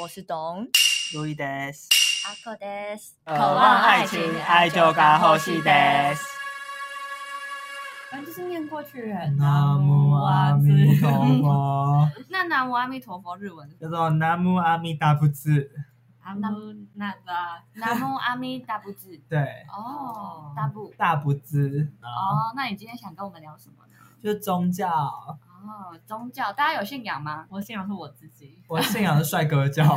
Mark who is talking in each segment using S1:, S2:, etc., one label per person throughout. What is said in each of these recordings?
S1: 我是董
S2: 路易德斯，
S1: 阿克德斯，
S2: 渴望爱情，爱就该呼吸德斯。
S1: 反正就是念过去人
S2: 南无阿弥陀佛，
S1: 那南无阿弥陀佛日文 是
S2: 叫做南无阿弥达仏。
S1: 阿那个南无阿弥 达布兹
S2: 对，
S1: 哦，达布
S2: 大不知啊，
S1: 哦，那你今天想跟我们聊什么呢？
S2: 就是宗教。
S1: 哦，宗教，大家有信仰吗？
S3: 我信仰是我自己，
S2: 我信仰是帅哥 教，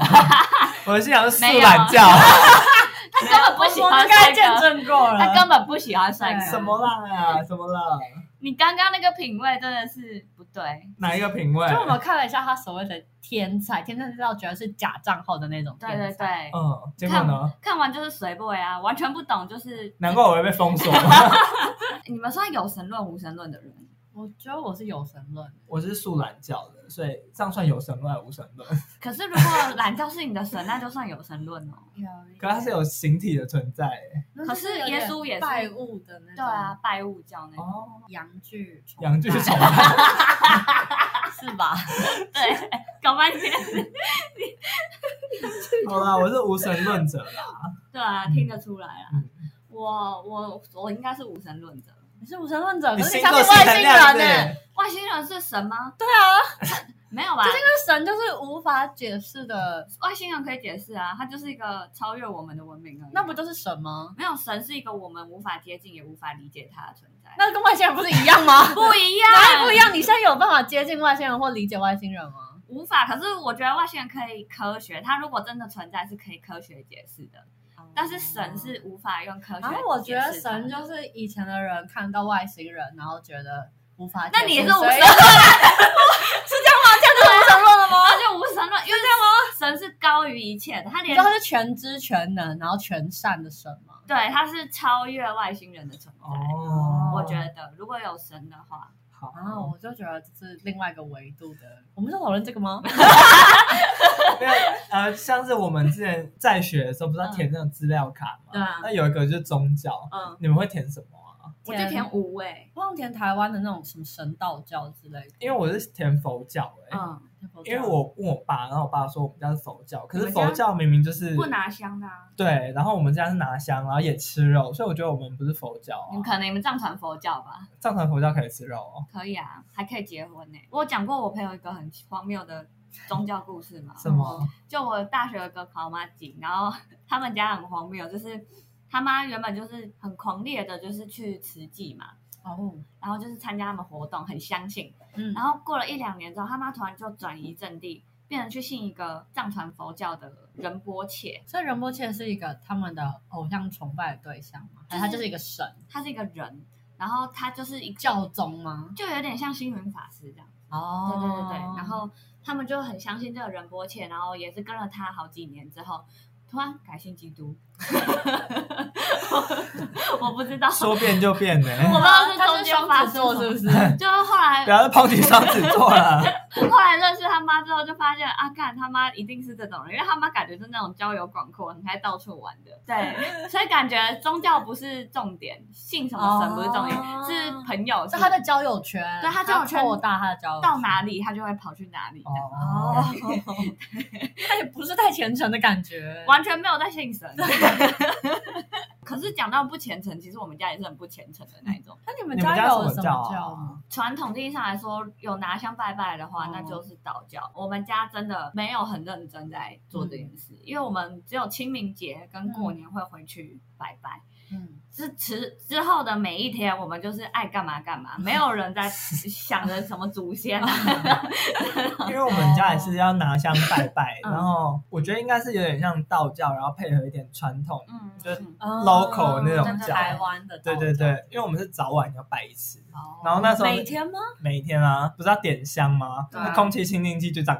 S2: 我信仰是素懒教，
S1: 他根本不喜
S2: 我
S1: 欢
S2: 应该
S1: 帅
S2: 见
S1: 哥，
S2: 证啊过
S1: 他
S2: 了。
S1: 根本不喜欢帅哥。
S3: 对
S2: 什么啦？什么啦？
S1: 你刚刚那个品味真的是不对，
S2: 哪一个品味？
S3: 就我们看了一下他所谓的天才，天才知道觉得是假账号的那种
S1: 对对
S3: 天才。
S1: 对，
S2: 嗯，结果呢？
S1: 看完就是随波呀，完全不懂，就是
S2: 难怪我会被封 锁。
S1: 你们算有神论无神论的人，
S3: 我觉得我是有神论，
S2: 我是素懒教的，所以这样算有神论还是无神论？
S1: 可是如果懒觉是你的神，那就算有神论哦。
S2: 可它是有形体的存在欸。
S3: 那
S1: 可
S3: 就是有
S1: 耶
S3: 点
S1: 稣也是
S3: 拜物的那种，
S1: 对啊，，拜物教那种，
S2: 哦，
S3: 阳具崇拜
S2: 洋具崇拜，
S3: 是吧？
S1: 对，搞半天，
S2: 好啦，我是无神论者啦。
S1: 对啊，听得出来啊
S2: 嗯。
S1: 我我我应该是无神论者，
S3: 你是无神论
S1: 哦
S3: 者，可
S2: 你
S3: 是
S2: 信
S3: 你相
S2: 够
S3: 信
S2: 神
S3: 外
S2: 的
S3: 星
S2: 量
S3: 人
S2: 子
S3: 呢、
S1: 外星人是神吗？
S3: 对啊，
S1: 没有吧
S3: 就？是那个神就是无法解释的，
S1: 外星人可以解释啊，它就是一个超越我们的文明而已。啊
S3: 那不就是神吗？
S1: 没有神是一个我们无法接近也无法理解它的存在，
S3: 那跟外星人不是一样 吗？
S1: 不一样，
S3: 哪里不一样？你现在有办法接近外星人或理解外星人吗？
S1: 无法。可是我觉得外星人可以科学，它如果真的存在是可以科学解释的，但是神是无法用科学。
S3: 然后哦啊我觉得神，就是以前的人看到外星人，然后觉得无法解释。
S1: 那你也是无
S3: 所以
S1: 神论，
S3: 无神论了 吗？
S1: 那就无神论，因为这样神是高于一切的，他
S3: 你知
S1: 连
S3: 道他是全知全能，然后全善的神吗？
S1: 对他是超越外星人的存在。
S2: 哦
S1: 我觉得啊如果有神的话，
S2: 好
S3: 然后啊我就觉得这是另外一个维度的。我们是讨论这个吗？
S2: 没有呃，像是我们之前在学的时候，不是要填那种资料卡吗？
S1: 对啊
S2: 那有一个就是宗教，
S1: 嗯，
S2: 你们会填什么啊？
S1: 我就填无哎，
S3: 忘填台湾的那种什么神道教之类的。
S2: 因为我是填佛教哎、
S1: 嗯，
S2: 因为我问我爸，然后我爸说我们家是佛教，可
S1: 你
S2: 是
S1: 们家
S2: 佛教明明就是
S1: 不拿香的啊。
S2: 对，然后我们家是拿香，然后也吃肉，所以我觉得我们不是佛教
S1: 你
S2: 啊。
S1: 们可能你们藏传佛教吧，
S2: 藏传佛教可以吃肉哦，
S1: 可以啊，还可以结婚呢、我有讲过我朋友一个很荒谬的宗教故事嘛，
S2: 什么？
S1: 就我大学有个跑马景，然后他们家很荒谬，就是他妈原本就是很狂烈的，就是去慈济嘛，
S3: 哦，
S1: 然后就是参加他们活动，很相信。
S3: 嗯，
S1: 然后过了一两年之后，他妈突然就转移阵地，变成去信一个藏传佛教的仁波切，
S3: 所以仁波切是一个他们的偶像崇拜的对象吗？还是他就是一个神
S1: 他是一个人，然后他就是一教，
S3: 教宗吗？
S1: 就有点像星云法师这样。
S3: 哦
S1: 对对对对，然后他们就很相信这个仁波切，然后也是跟了他好几年之后，突然改信基督。 我不知道，
S2: 说变就变呢、
S1: 我不知道是中间发
S3: 他是双
S1: 生什
S3: 子座是
S1: 么
S3: 不。是？
S1: 就是后来
S2: 不，要再抨击双子座 了。
S1: 后来认识他妈之后，就发现啊，干他妈一定是这种人，因为他妈感觉是那种交友广阔，很爱到处玩的。对， 所以感觉宗教不是重点，信什么神不是重点，
S3: 哦
S1: 是朋友。
S3: 是
S1: 是
S3: 他的交友圈，
S1: 对他交友圈
S3: 要扩大他的交友圈
S1: 到哪里，他就会跑去哪里，这样
S3: 哦
S2: 哦，，
S3: 他也不是太虔诚的感觉，
S1: 完全没有在信神。 可是讲到不虔诚，其实我们家也是很不虔诚的那一种。
S3: 那你们
S2: 你们
S3: 家
S2: 家什
S3: 有
S2: 么
S3: 什么
S2: 教
S3: 教
S2: 啊
S3: 吗？？
S1: 传统意义上来说，有拿香拜拜的话，
S3: 哦
S1: 那就是道教。我们家真的没有很认真在做这件事，因为我们只有清明节跟过年会回去拜拜。
S3: 嗯，
S1: 之之之后的每一天，我们就是爱干嘛干嘛，没有人在想着什么祖先啊。
S2: 因为我们家也是要拿香拜拜，
S1: 嗯
S2: 然后我觉得应该是有点像道教，然后配合一点传统。
S1: 嗯，
S2: 就是
S1: 嗯
S3: 哦
S2: local 那种
S3: 在
S2: 教
S3: 台湾的，
S2: 对对，对，因为我们是早晚要拜一次，
S1: 哦
S2: 然后那时候
S3: 每天吗？
S2: 每天啊，不是要点香吗？
S3: 对啊
S2: 那空气清净剂就长，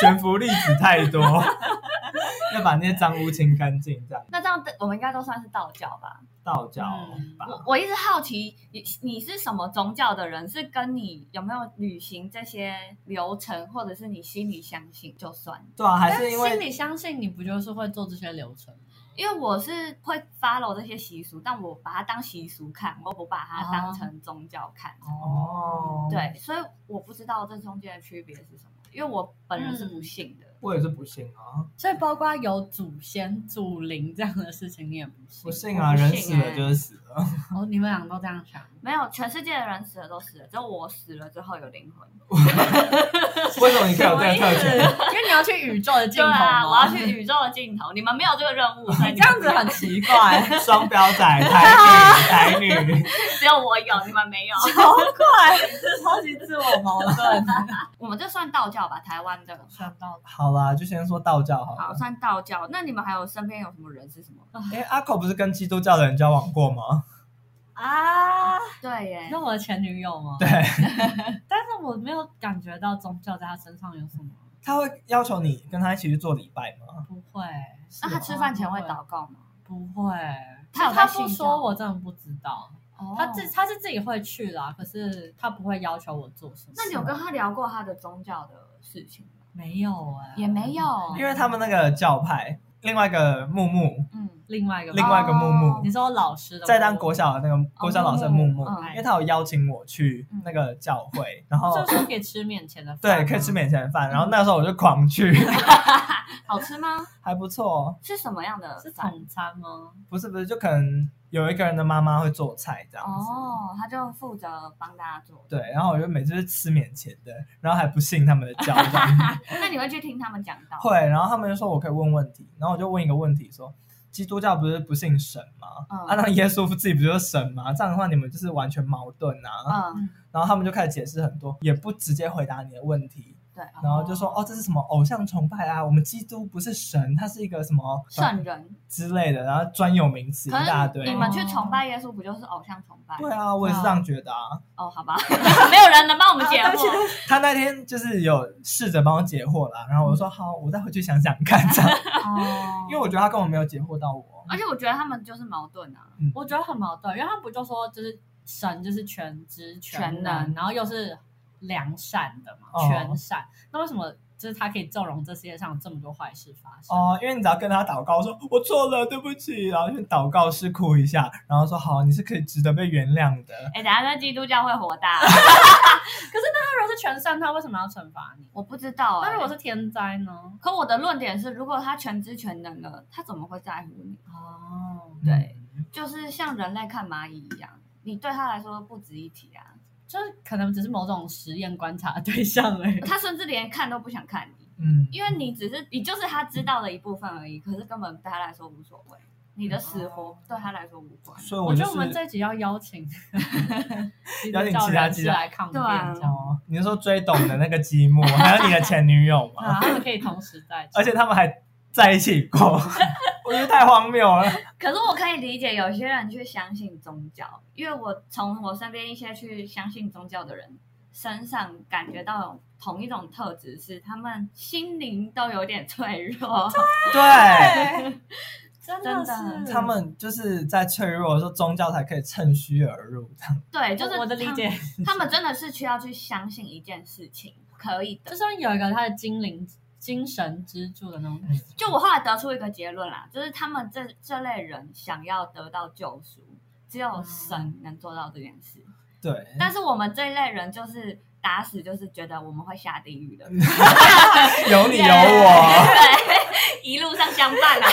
S2: 悬浮粒子太多， 要把那些脏污清干净，这样
S1: 那这样我们应该都算是道教吧？
S2: 道教
S3: 嗯
S2: 吧。
S1: 我我一直好奇，你你是什么宗教的人？是跟你有没有履行这些流程，或者是你心里相信就算？
S2: 对啊，还
S3: 但
S2: 是因
S3: 心
S2: 为
S3: 里相信你不就是会做这些流程吗？
S1: 因为我是会 follow 这些习俗，但我把它当习俗看，我不把它当成宗教看。
S2: 哦，
S1: 对，所以我不知道这中间的区别是什么。因为我本人是
S3: 嗯
S1: 不信的。
S2: 我也是不信啊，
S3: 所以包括有祖先、祖灵这样的事情，你也不信。欸
S2: 不信啊，
S1: 我不信
S2: 人死了就是死了。
S3: 哦，你们俩都这样想，
S1: 没有，全世界的人死了都死了，只有我死了之后有灵魂。
S2: 为什么你可以有这个特
S3: 因
S2: 权？
S3: 为你要去宇宙的尽
S1: 对
S3: 头
S1: 啊，我要
S3: 吗？
S1: 去宇宙的尽头，你们没有这个任务，所
S3: 这
S1: 以你们
S3: 样子很奇怪，
S2: 双 标仔、台女、台女，
S1: 只有我有，你们 没有。
S3: 好怪，这超级自我矛盾。
S1: 我们这算道教吧，台湾的。
S3: 想到
S2: 好啦，就先说道教好
S1: 好，
S2: 了。
S1: 算道教。那你们还有身边有什么人是什么？
S2: 哎，阿口不是跟基督教的人交往过吗？
S3: 啊，
S1: 对耶
S3: 你，说我的前女友吗？
S2: 对，
S3: 但是我没有感觉到宗教在她身上有什么，
S2: 他会要求你跟他一起去做礼拜吗？
S3: 不会，
S1: 那他吃饭啊前会祷告吗？
S3: 不会。
S1: 他有在
S3: 他
S1: 信
S3: 不
S1: 教
S3: 说，我真的不知道。
S1: 哦
S3: 他自他是自己会去啦，可是他不会要求我做什么。
S1: 那你有跟他聊过他的宗教的事情吗？
S3: 没有哎、
S1: 也没有，
S2: 因为他们那个教派，另外一个木木，
S1: 嗯，
S3: 另外一个
S2: 另外一个木木
S1: 哦，
S3: 你说老师的
S2: 在当国小的那个国小老师的木木，
S1: 木木嗯
S2: 因为他有邀请我去那个教会，然后
S3: 就是可以吃免钱的饭
S2: 哦对
S3: 吗，
S2: 可以吃免钱
S1: 嗯
S2: 饭，然后那时候我就狂去，
S1: 好吃吗？
S2: 还不错。
S1: 是什么样的
S3: 是
S1: 饭？
S3: 统餐吗？
S2: 不是不是，就可能有一个人的妈妈会做菜这样子。
S1: 哦，他就负责帮大家做。
S2: 对，然后我就每次是吃免钱的，然后还不信他们的教这样 子
S1: 那你会去听他们讲道？
S2: 会，然后他们就说我可以问问题，然后我就问一个问题说，基督教不是不信神吗？
S1: 嗯
S2: 啊，那耶稣自己不就是神吗？这样的话你们就是完全矛盾啊。
S1: 嗯，
S2: 然后他们就开始解释很多，也不直接回答你的问题，
S1: 对，
S2: 然后就说哦，这是什么偶像崇拜啊？我们基督不是神，他是一个什么
S1: 圣人。
S2: 之类的，然后专有名词一
S1: 可
S2: 大堆
S1: 是。你们去崇拜耶稣，不就是偶像崇拜？
S2: 对啊，我也是这样觉得啊。
S1: 哦，好吧， 没有人能帮我们解
S3: 啊对不起
S1: 惑。
S2: 他那天就是有试着帮我解惑啦，然后我
S3: 嗯
S2: 就说好，我再回去想想看，这 样，
S3: 哦
S2: 因为我觉得他根本没有解惑到我。
S1: 而且我觉得他们就是矛盾啊。
S3: 我觉得很矛盾，因为他们不就说就是神就是全知
S1: 全能
S3: 能，然后又是良善的嘛，
S2: 哦
S3: 全善，那为什么就是他可以纵容这世界上有这么多坏事发生？
S2: 哦，因为你只要跟他祷告说“我错了，对不起”，然后去祷告室哭一下，然后说“好，你是可以值得被原谅的
S1: 哎，等一下那基督教会火大，哦
S3: 那如果是全善，他为什么要惩罚你？
S1: 我不知道。
S3: 那
S1: 哎
S3: 如果是天灾呢？
S1: 可我的论点是，如果他全知全能了，他怎么会在乎你？
S3: 哦”，
S1: 对，就是像人类看蚂蚁一样，你对他来说不值一提啊。
S3: 就是可能只是某种实验观察的对象 而已。
S1: 他甚至连看都不想看你，
S2: 嗯，
S1: 因为你只是你就是他知道的一部分而已，可是根本对他来说无所谓，你的死活对他来说无关。
S2: 所以
S3: 我觉
S2: 就是
S3: 得我们这集要邀请
S2: 邀请
S3: 基督教
S2: 其他
S3: 人士
S2: 基督
S3: 来抗辩，
S1: 对 啊
S3: 这样
S2: 哦，你是说追董的那个 积木，还有你的前女友
S3: 啊，
S2: 嘛，
S3: 他们可以同时在一起，
S2: 而且他们还在一起过， 我觉得太荒谬了。
S1: 可是我可以理解有些人去相信宗教，因为我从我身边一些去相信宗教的人身上感觉到同一种特质，是他们心灵都有点脆弱。
S2: 对。
S3: 对， 真的
S1: 真
S3: 是
S2: 他们就是在脆弱的时候，宗教才可以趁虚而入这样。
S1: 对，就是
S3: 我的理解，
S1: 他们，他们真的是需要去相信一件事情可以的
S3: 就。像有一个他的精灵精神支柱的那种感觉，
S1: 就我后来得出一个结论啦，就是他们这这类人想要得到救赎，只有神能做到这件事。
S2: 对，
S1: 但是我们这一类人就是打死就是觉得我们会下地狱的，
S2: 有你有我，
S1: 对，一路上相伴啊。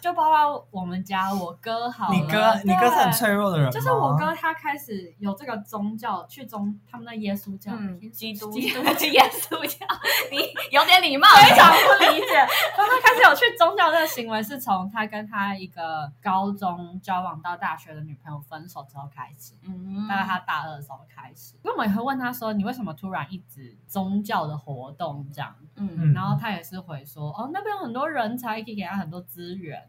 S3: 就包括我们家我哥好了，
S2: 你哥
S3: 对啊
S2: 你哥是很脆弱的人吗，
S3: 就是我哥他开始有这个宗教去宗他们的耶稣教，
S1: 嗯，基督
S3: 基督
S1: 教、耶稣教，你有点礼貌。
S3: 非常不理解。然后他开始有去宗教这个行为，是从他跟他一个高中交往到大学的女朋友分手之后开始，
S1: 嗯
S3: 大概他大二的时候开始。因为我们也会问他说：“你为什么突然一直宗教的活动这样
S1: 嗯？”
S2: 嗯
S3: 然后他也是回说：“哦，那边有很多人才可以给他很多资源。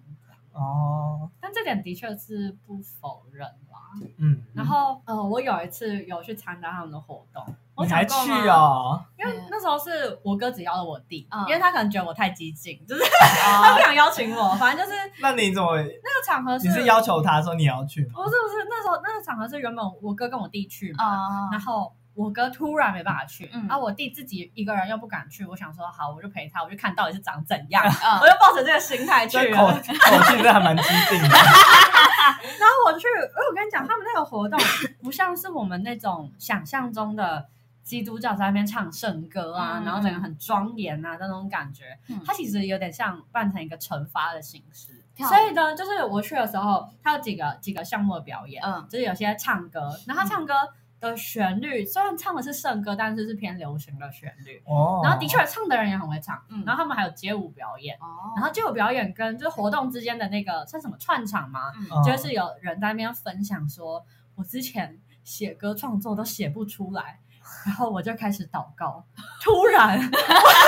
S2: 哦，”
S3: 但这点的确是不否认啦。
S2: 嗯，
S3: 然后，呃，我有一次有去参加他们的活动，我
S2: 你
S3: 讲
S2: 还
S3: 过
S2: 去
S3: 吗？
S2: 哦，
S3: 因为那时候是我哥只邀了我弟，
S1: 嗯
S3: 因为他可能觉得我太激进，就是 他不
S1: 哦
S3: 想邀请我，反正就是
S2: 那你怎么
S3: 那个场合是，
S2: 你是要求他说你要去吗？
S3: 不是不是那时候那个场合是原本我哥跟我弟去嘛，
S1: 哦
S3: 然后我哥突然没办法去，
S1: 嗯
S3: 啊我弟自己一个人又不敢去，我想说好我就陪他，我就看到底是长怎样， 我
S1: 嗯
S3: 就抱着这个心态去啊
S2: 这
S3: 了。
S2: 口口气真的还蛮激进 的，
S3: 然后我去，因为我跟你讲，他们那个活动不像是我们那种想象中的。基督教在那边唱圣歌啊，
S1: 嗯
S3: 然后整个很庄严啊那种感觉，
S1: 嗯
S3: 它其实有点像扮成一个惩罚的形式。
S1: 跳舞
S3: 所以呢，就是我去的时候，它有几个几个项目的表演，
S1: 嗯
S3: 就是有些唱歌，然后它唱歌的旋律虽然唱的是圣歌，但是是偏流行的旋律。
S2: 哦，
S3: 然后的确唱的人也很会唱，
S1: 嗯
S3: 然后他们还有街舞表演，
S1: 哦
S3: 然后街舞表演跟就是活动之间的那个算什么串场吗？
S2: 嗯，
S3: 就是有人在那边分享说，我之前写歌创作都写不出来，然后我就开始祷告，突然 我就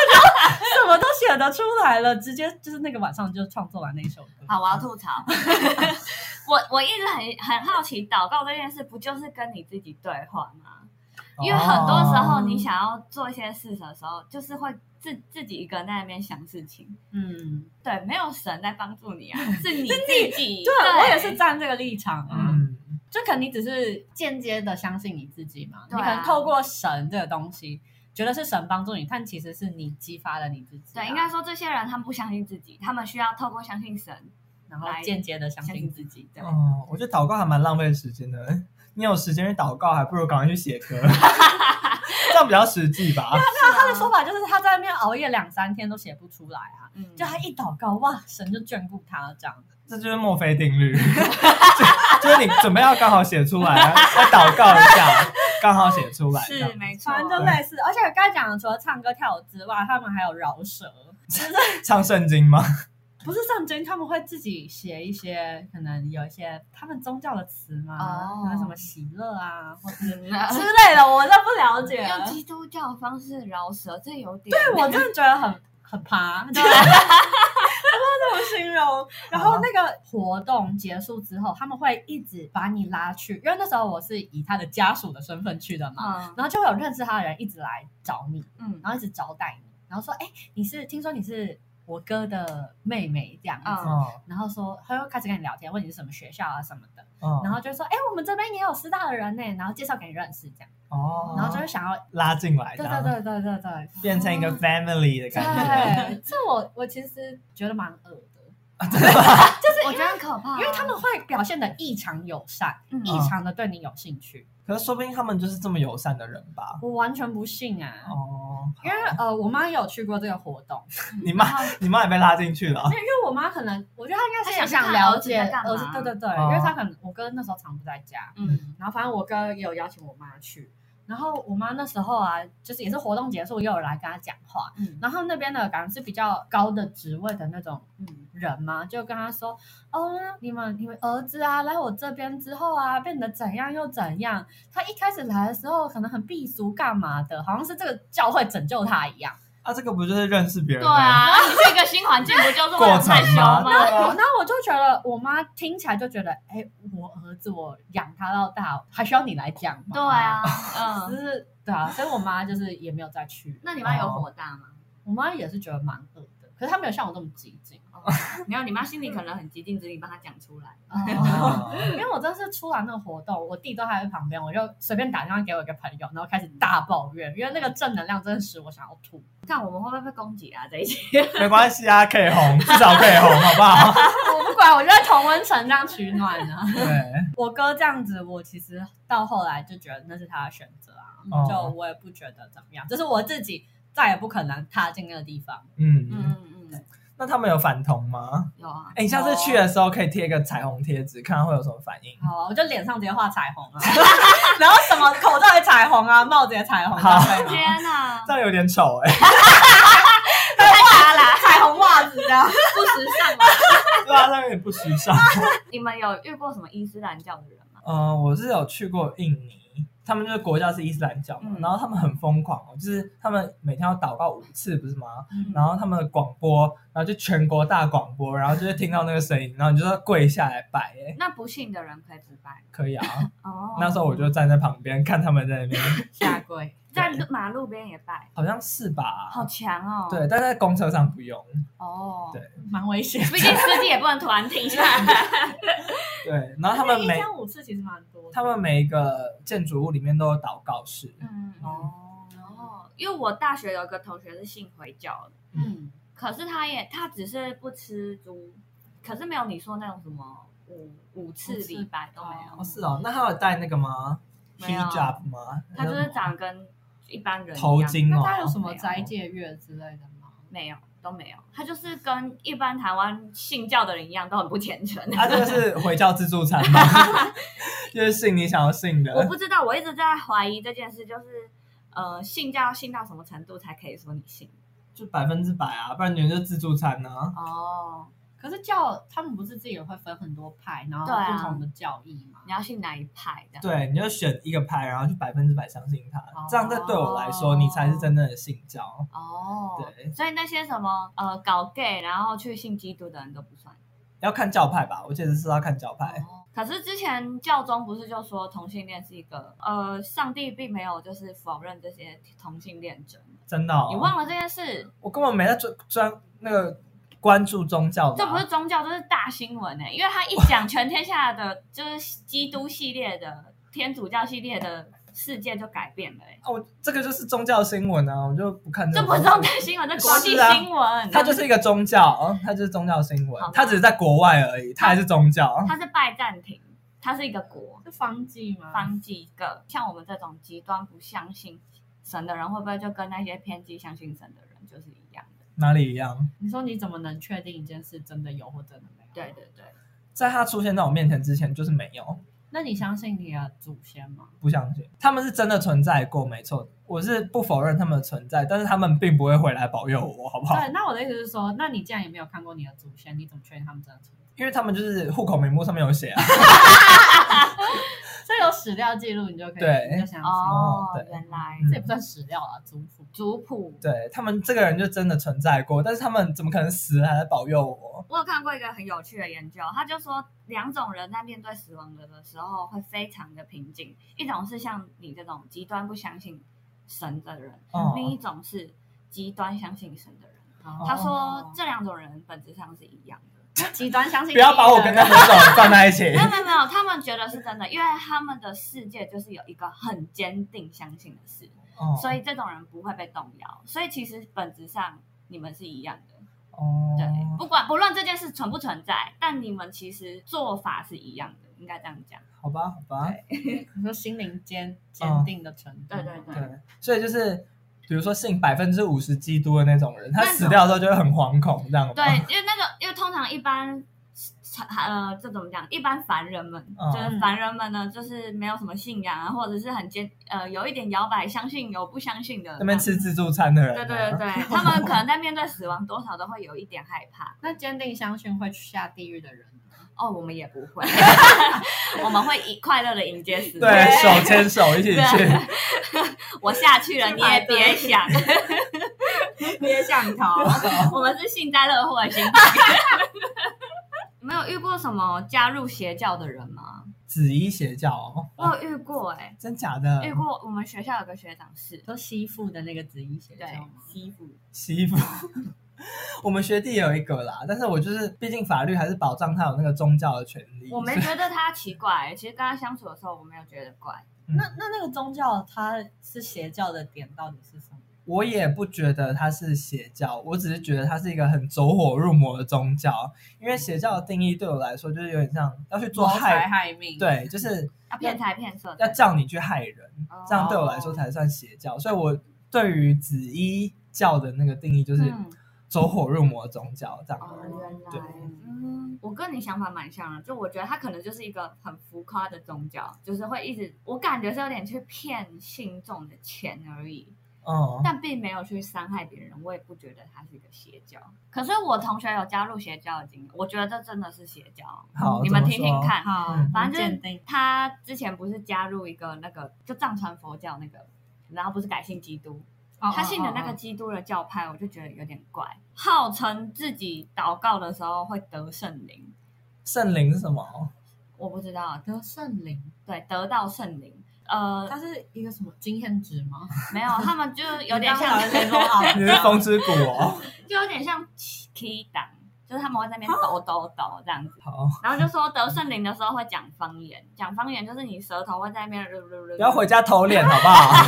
S3: 什么都写得出来了，直接就是那个晚上就创作完那首歌。
S1: 好，我要吐槽。 我我一直很很好奇，祷告这件事不就是跟你自己对话吗？
S3: 哦
S1: 因为很多时
S2: 哦
S1: 候你想要做一些事的时候，就是会自自己一个人在那边想事情，
S3: 嗯，
S1: 对，没有神在帮助你啊，是你自己。
S3: 对我也是站这个立场啊，
S2: 嗯，
S3: 就可能你只是间接的相信你自己嘛，
S1: 对啊
S3: 你可能透过神这个东西。觉得是神帮助你，但其实是你激发了你自己啊、
S1: 对，应该说这些人他们不相信自己，他们需要透过相信神
S3: 然后
S1: 来
S3: 间接的相
S1: 相
S3: 信
S1: 信
S3: 自己。
S1: 自己。对，
S2: 哦，我觉得祷告还蛮浪费时间的。你有时间去祷告，还不如赶快去写歌， 这样比较实际吧。
S3: 啊他
S1: 哦
S3: 的说法就是他在那边熬夜两三天都写不出来啊，
S1: 嗯
S3: 就他一祷告，哇，神就眷顾他这样子。
S2: 这就是墨菲定律， 就就是你准备要刚好写出来，要祷告一下，刚好写出来。这样
S1: 是没错
S3: 反，正就类似，而且刚才讲的除了唱歌跳舞之外，他们还有饶舌，
S2: 唱圣经吗？
S3: 不是圣经，他们会自己写一些可能有一些他们宗教的词嘛，
S1: 哦
S3: 还有什么喜乐啊，或者之
S1: 嗯啊
S3: 类的，我都不了解。
S1: 用基督教的方式饶舌，这有点
S3: 对我真的觉得很很 爬，就是我不知道怎么形容。然后那个活动结束之后，他们会一直把你拉去，因为那时候我是以他的家属的身份去的嘛，
S1: 嗯
S3: 然后就会有认识他的人一直来找你，
S1: 嗯
S3: 然后一直招待你，然后说：“哎，你是听说你是我哥的妹妹这样子。
S1: 嗯
S2: 哦，
S3: 然后说，他又开始跟你聊天，问你是什么学校啊什么的，
S2: 哦
S3: 然后就说，哎、我们这边也有师大的人呢、然后介绍给你认识这样，
S2: 哦，
S3: 然后就是想要，
S2: 拉进来，
S3: 对
S2: 这样
S3: 对对对对对，
S2: 变成一个 family 的感觉。
S3: 对， 这我我其实觉得蛮恶的，
S1: 我觉得很可怕啊，
S3: 因为他们会表现的异常友善，
S1: 嗯
S3: 异常的对你有兴趣，
S2: 可是说不定他们就是这么友善的人吧？
S3: 我完全不信啊。
S2: 哦，
S3: 因为呃，我妈也有去过这个活动，
S2: 你妈
S1: 然后
S2: 你妈也被拉进去了
S3: 没，有，因为我妈可能，我觉得她应该是也
S1: 她想
S3: 想
S1: 去看
S3: 了
S1: 儿子
S3: 解
S1: 在干嘛
S3: 儿子，对对对，因
S2: 哦
S3: 为她可能我哥那时候常不在家，
S1: 嗯
S3: 然后反正我哥也有邀请我妈去，然后我妈那时候啊，就是也是活动结束，也有来跟她讲话，
S1: 嗯
S3: 然后那边的感觉是比较高的职位的那种
S1: 嗯
S3: 人嘛，就跟他说，哦，你们你们儿子啊，来我这边之后啊，变得怎样又怎样。他一开始来的时候可能很避俗，干嘛的，好像是这个教会拯救他一样。
S2: 啊，这个不就是认识别人？
S1: 对， 啊，你去一个新环境，不就是为
S2: 过
S1: 了
S2: 程
S1: 害羞
S2: 吗？
S1: 吗？
S2: 对啊
S3: 那我就觉得，我妈听起来就觉得，哎，我儿子我养他到大，还需要你来讲吗？
S1: 对， 啊，
S3: 就
S1: 嗯，
S3: 是对啊，所以我妈就是也没有再去。
S1: 那你妈有火大吗？
S3: 我妈也是觉得蛮恶的，可是她没有像我这么激进，
S1: 没有，你妈心里可能很激进，只是你帮她讲出来。
S3: 啊
S2: 哦
S3: 因为我真的是出完那个活动，我弟都还在旁边，我就随便打电话给我一个朋友，然后开始大抱怨，因为那个正能量真的使我想要吐。
S1: 看我们会不会被攻击啊？这一集
S2: 没关系啊，可以红，至少可以红，好不好？
S3: 我不管，我就在同温层这样取暖啊。
S2: 对。
S3: 我哥这样子，我其实到后来就觉得那是他的选择啊，
S2: 哦
S3: 就我也不觉得怎么样，就是我自己再也不可能踏进那个地方。
S2: 嗯，
S1: 嗯嗯嗯，
S2: 那他们有反同吗？
S1: 有啊，
S2: 哎，你下次去的时候可以贴一个彩虹贴纸，看他会有什么反应。
S3: 好啊，我就脸上直接画彩 虹啊，然后什么口罩也彩虹啊，帽子也彩虹啊，
S2: 好
S3: 对吗
S1: 天哪，
S2: 这样有点丑哎，
S1: 太渣啦，
S3: 彩虹袜子这样。
S1: 不时尚了。
S2: 对啊，这样有点不时尚。
S1: 你们有遇过什么伊斯兰教的人吗？
S2: 嗯，我是有去过印尼，他们就是国教是伊斯兰教嘛，
S1: 嗯
S2: 然后他们很疯狂哦，就是他们每天要祷告五次，不是吗？
S3: 嗯
S2: 然后他们的广播，然后就全国大广播，然后就会听到那个声音，然后你就要跪下来拜，哎，
S1: 那不信的人可以不拜
S2: 可以啊。
S1: 哦
S2: 那时候我就站在旁边看他们在那边，
S3: 下跪，
S1: 在路马路边也拜，
S2: 好像是吧？
S1: 好强哦。
S2: 对，但在公车上不用。
S1: 哦，
S2: 对
S3: 蛮危险。
S1: 毕竟司机也不能突然停下 来。
S2: 对，然后他们
S3: 一
S2: 每
S3: 天五次其实蛮多的。
S2: 他们每一个建筑物里面都有祷告室，
S1: 嗯哦
S3: 哦，
S1: 哦，因为我大学有一个同学是信回教的，
S3: 嗯，
S1: 可是他也他只是不吃猪，可是没有你说那种什么五五次礼拜都没有
S2: 哦哦，是哦，那他有戴那个吗
S1: 没有
S2: ？hijab 吗？
S1: 他就是长跟一般人一样
S2: 头巾
S3: 那
S2: 哦，
S3: 他有什么
S1: 没有
S3: 斋戒月之类的吗？
S1: 没有都没有，他就是跟一般台湾信教的人一样，都很不虔诚。
S2: 他啊这个是回教自助餐吗？ 就是信你想要信
S1: 我
S2: 的，
S1: 不知道，我一直在怀疑这件事，就是呃，信教要信到什么程度才可以说你信？
S2: 就百分之百啊，不然你们就自助餐呢、
S1: 哦，
S3: 可是教他们不是自己也会分很多派，然后
S1: 对啊
S3: 不同的教义吗？
S1: 你要信哪一派的？
S2: 对，你就选一个派，然后就百分之百相信他，
S3: 哦
S2: 这样对对我来说，你才是真正的信教。
S1: 哦，
S2: 对
S1: 所以那些什么呃搞 gay 然后去信基督的人都不算。
S2: 要看教派吧，我记得是要看教派。
S1: 哦，可是之前教宗不是就说同性恋是一个呃，上帝并没有就是否认这些同性恋者，
S2: 真的、哦，
S1: 你忘了这件事？
S2: 我根本没在专专那个关注宗教吧，
S1: 这不是宗教，这是大新闻呢、因为他一讲全天下的就是基督系列的、天主教系列的世界就改变了、欸，
S2: 啊，我这个就是宗教新闻啊，我就不看
S1: 这
S2: 个
S1: 不是
S2: 东西
S1: 重大新闻，这国际
S2: 是啊
S1: 新闻。
S2: 它就是一个宗教，它就是宗教新闻
S1: 好吧，
S2: 它只是在国外而已，它还是宗教。
S1: 它是拜占庭，它是一个国，
S3: 是方剂吗？
S1: 放几个像我们这种极端不相信神的人，会不会就跟那些偏激相信神的人就是一样的？
S2: 哪里一样？
S3: 你说你怎么能确定一件事真的有或真的没有？
S1: 对，对对，
S2: 在它出现在我面前之前，就是没有，
S3: 那你相信你的祖先吗？
S2: 不相信他们是真的存在过，没错，我是不否认他们的存在，但是他们并不会回来保佑我，好不好？
S3: 对，那我的意思是说，那你既然也没有看过你的祖先，你怎么确定他们真的存在？
S2: 因为他们就是户口名簿上面有写啊，
S3: 这有史料记录，你就可以
S2: 对
S3: 你就相信。
S1: 哦
S2: 对，
S1: 原来
S2: 嗯
S3: 这也不算史料啊，族谱。
S1: 族谱。
S2: 对他们这个人就真的存在过，但是他们怎么可能死了还来保佑 我？
S1: 我有看过一个很有趣的研究，他就说两种人在面对死亡的时候会非常的平静，一种是像你这种极端不相信神的人，
S2: 哦
S1: 另一种是极端相信神的人。
S3: 哦
S1: 他说这两种人本质上是一样的。
S3: 极端相信
S2: 不要把我跟那两种放在一起
S1: 没。有没有没有，他们觉得是真的，因为他们的世界就是有一个很坚定相信的事，
S2: 哦
S1: 嗯所以这种人不会被动摇。所以其实本质上你们是一样的，
S2: 哦，
S1: 对，不管不论这件事存不存在，但你们其实做法是一样的，应该这样讲。
S2: 好吧，好吧，
S3: 你说心灵坚
S2: 嗯
S3: 坚定的程度，
S1: 对对对
S2: 对，所以就是。比如说信百分之五十基督的那种人，他
S1: 那种
S2: 死掉的时候就会很惶恐，这样吗？
S1: 对，因为那个，因为通常一般，呃，这怎么讲？一般凡人们，
S2: 嗯
S1: 就是凡人们呢，就是没有什么信仰啊，或者是很坚，呃，有一点摇摆，相信有不相信的。
S2: 那边吃自助餐的人、啊
S1: 对对对， 对，他们可能在面对死亡，多少都会有一点害怕。
S3: 那坚定相信会下地狱的人呢，
S1: 哦，我们也不 会，我们会以快乐的迎接死亡。
S2: 对手牵手一起去，
S1: 我下去了，
S3: 去
S1: 你
S3: 排
S1: 也
S3: 队
S1: 别想。
S2: 哦
S3: 别想逃。
S1: 我们是幸灾乐祸的心情。 没有遇过什么加入邪教的人吗？
S2: 紫衣邪教、哦，
S1: 我有遇过哎、
S2: 真假的？
S1: 遇过我们学校有个学长是，
S3: 说吸附的那个紫衣邪教
S1: 对
S3: 吗，
S1: 西服，
S2: 洗衣服。 我们学弟也有一个啦，但是我就是，毕竟法律还是保障他有那个宗教的权利。
S1: 我没觉得他奇怪、欸其实跟他相处的时候，我没有觉得怪。
S3: 那那那个宗教它是邪教的点到底是什么？
S2: 我也不觉得它是邪教，我只是觉得它是一个很走火入魔的宗教。因为邪教的定义对我来说，就是有点像要去做
S3: 谋财
S2: 害，
S3: 害命，，
S2: 对，就是
S1: 啊，骗财骗色
S2: 要
S1: 的，
S2: 叫你去害人，
S1: 哦
S2: 这样对我来说才算邪教。所以我对于紫衣教的那个定义就是
S1: 嗯
S2: 走火入魔的宗教，这样
S1: 哦，原来
S2: 对，
S1: 嗯，我跟你想法蛮像的，就我觉得他可能就是一个很浮夸的宗教，就是会一直，我感觉是有点去骗信众的钱而已，
S2: 嗯，
S1: 但并没有去伤害别人，我也不觉得他是一个邪教。可是我同学有加入邪教的经历，我觉得这真的是邪教，
S2: 好
S1: 你们
S2: 怎么
S1: 听听
S2: 说
S1: 看。
S3: 好
S2: 嗯，
S1: 反正
S3: 鉴
S1: 就是
S3: 定
S1: 他之前不是加入一个那个就藏传佛教那个，然后不是改信基督，他信的那个基督的教派，我就觉得有点怪，号称自己祷告的时候会得圣灵，
S2: 圣灵是什么？
S1: 我不知道，
S3: 得圣灵，
S1: 对，得到圣灵，呃，
S3: 它是一个什么经验值吗？
S1: 没有，他们就 有点像，
S3: 哦
S2: 你是风之谷哦。
S1: 就有点像 K 党，就是他们会在那边抖抖抖这样子，
S2: 好，
S1: 然后就说得圣灵的时候会讲方言，讲方言就是你舌头会在那边噜噜噜，
S2: 不要回家偷脸好不好？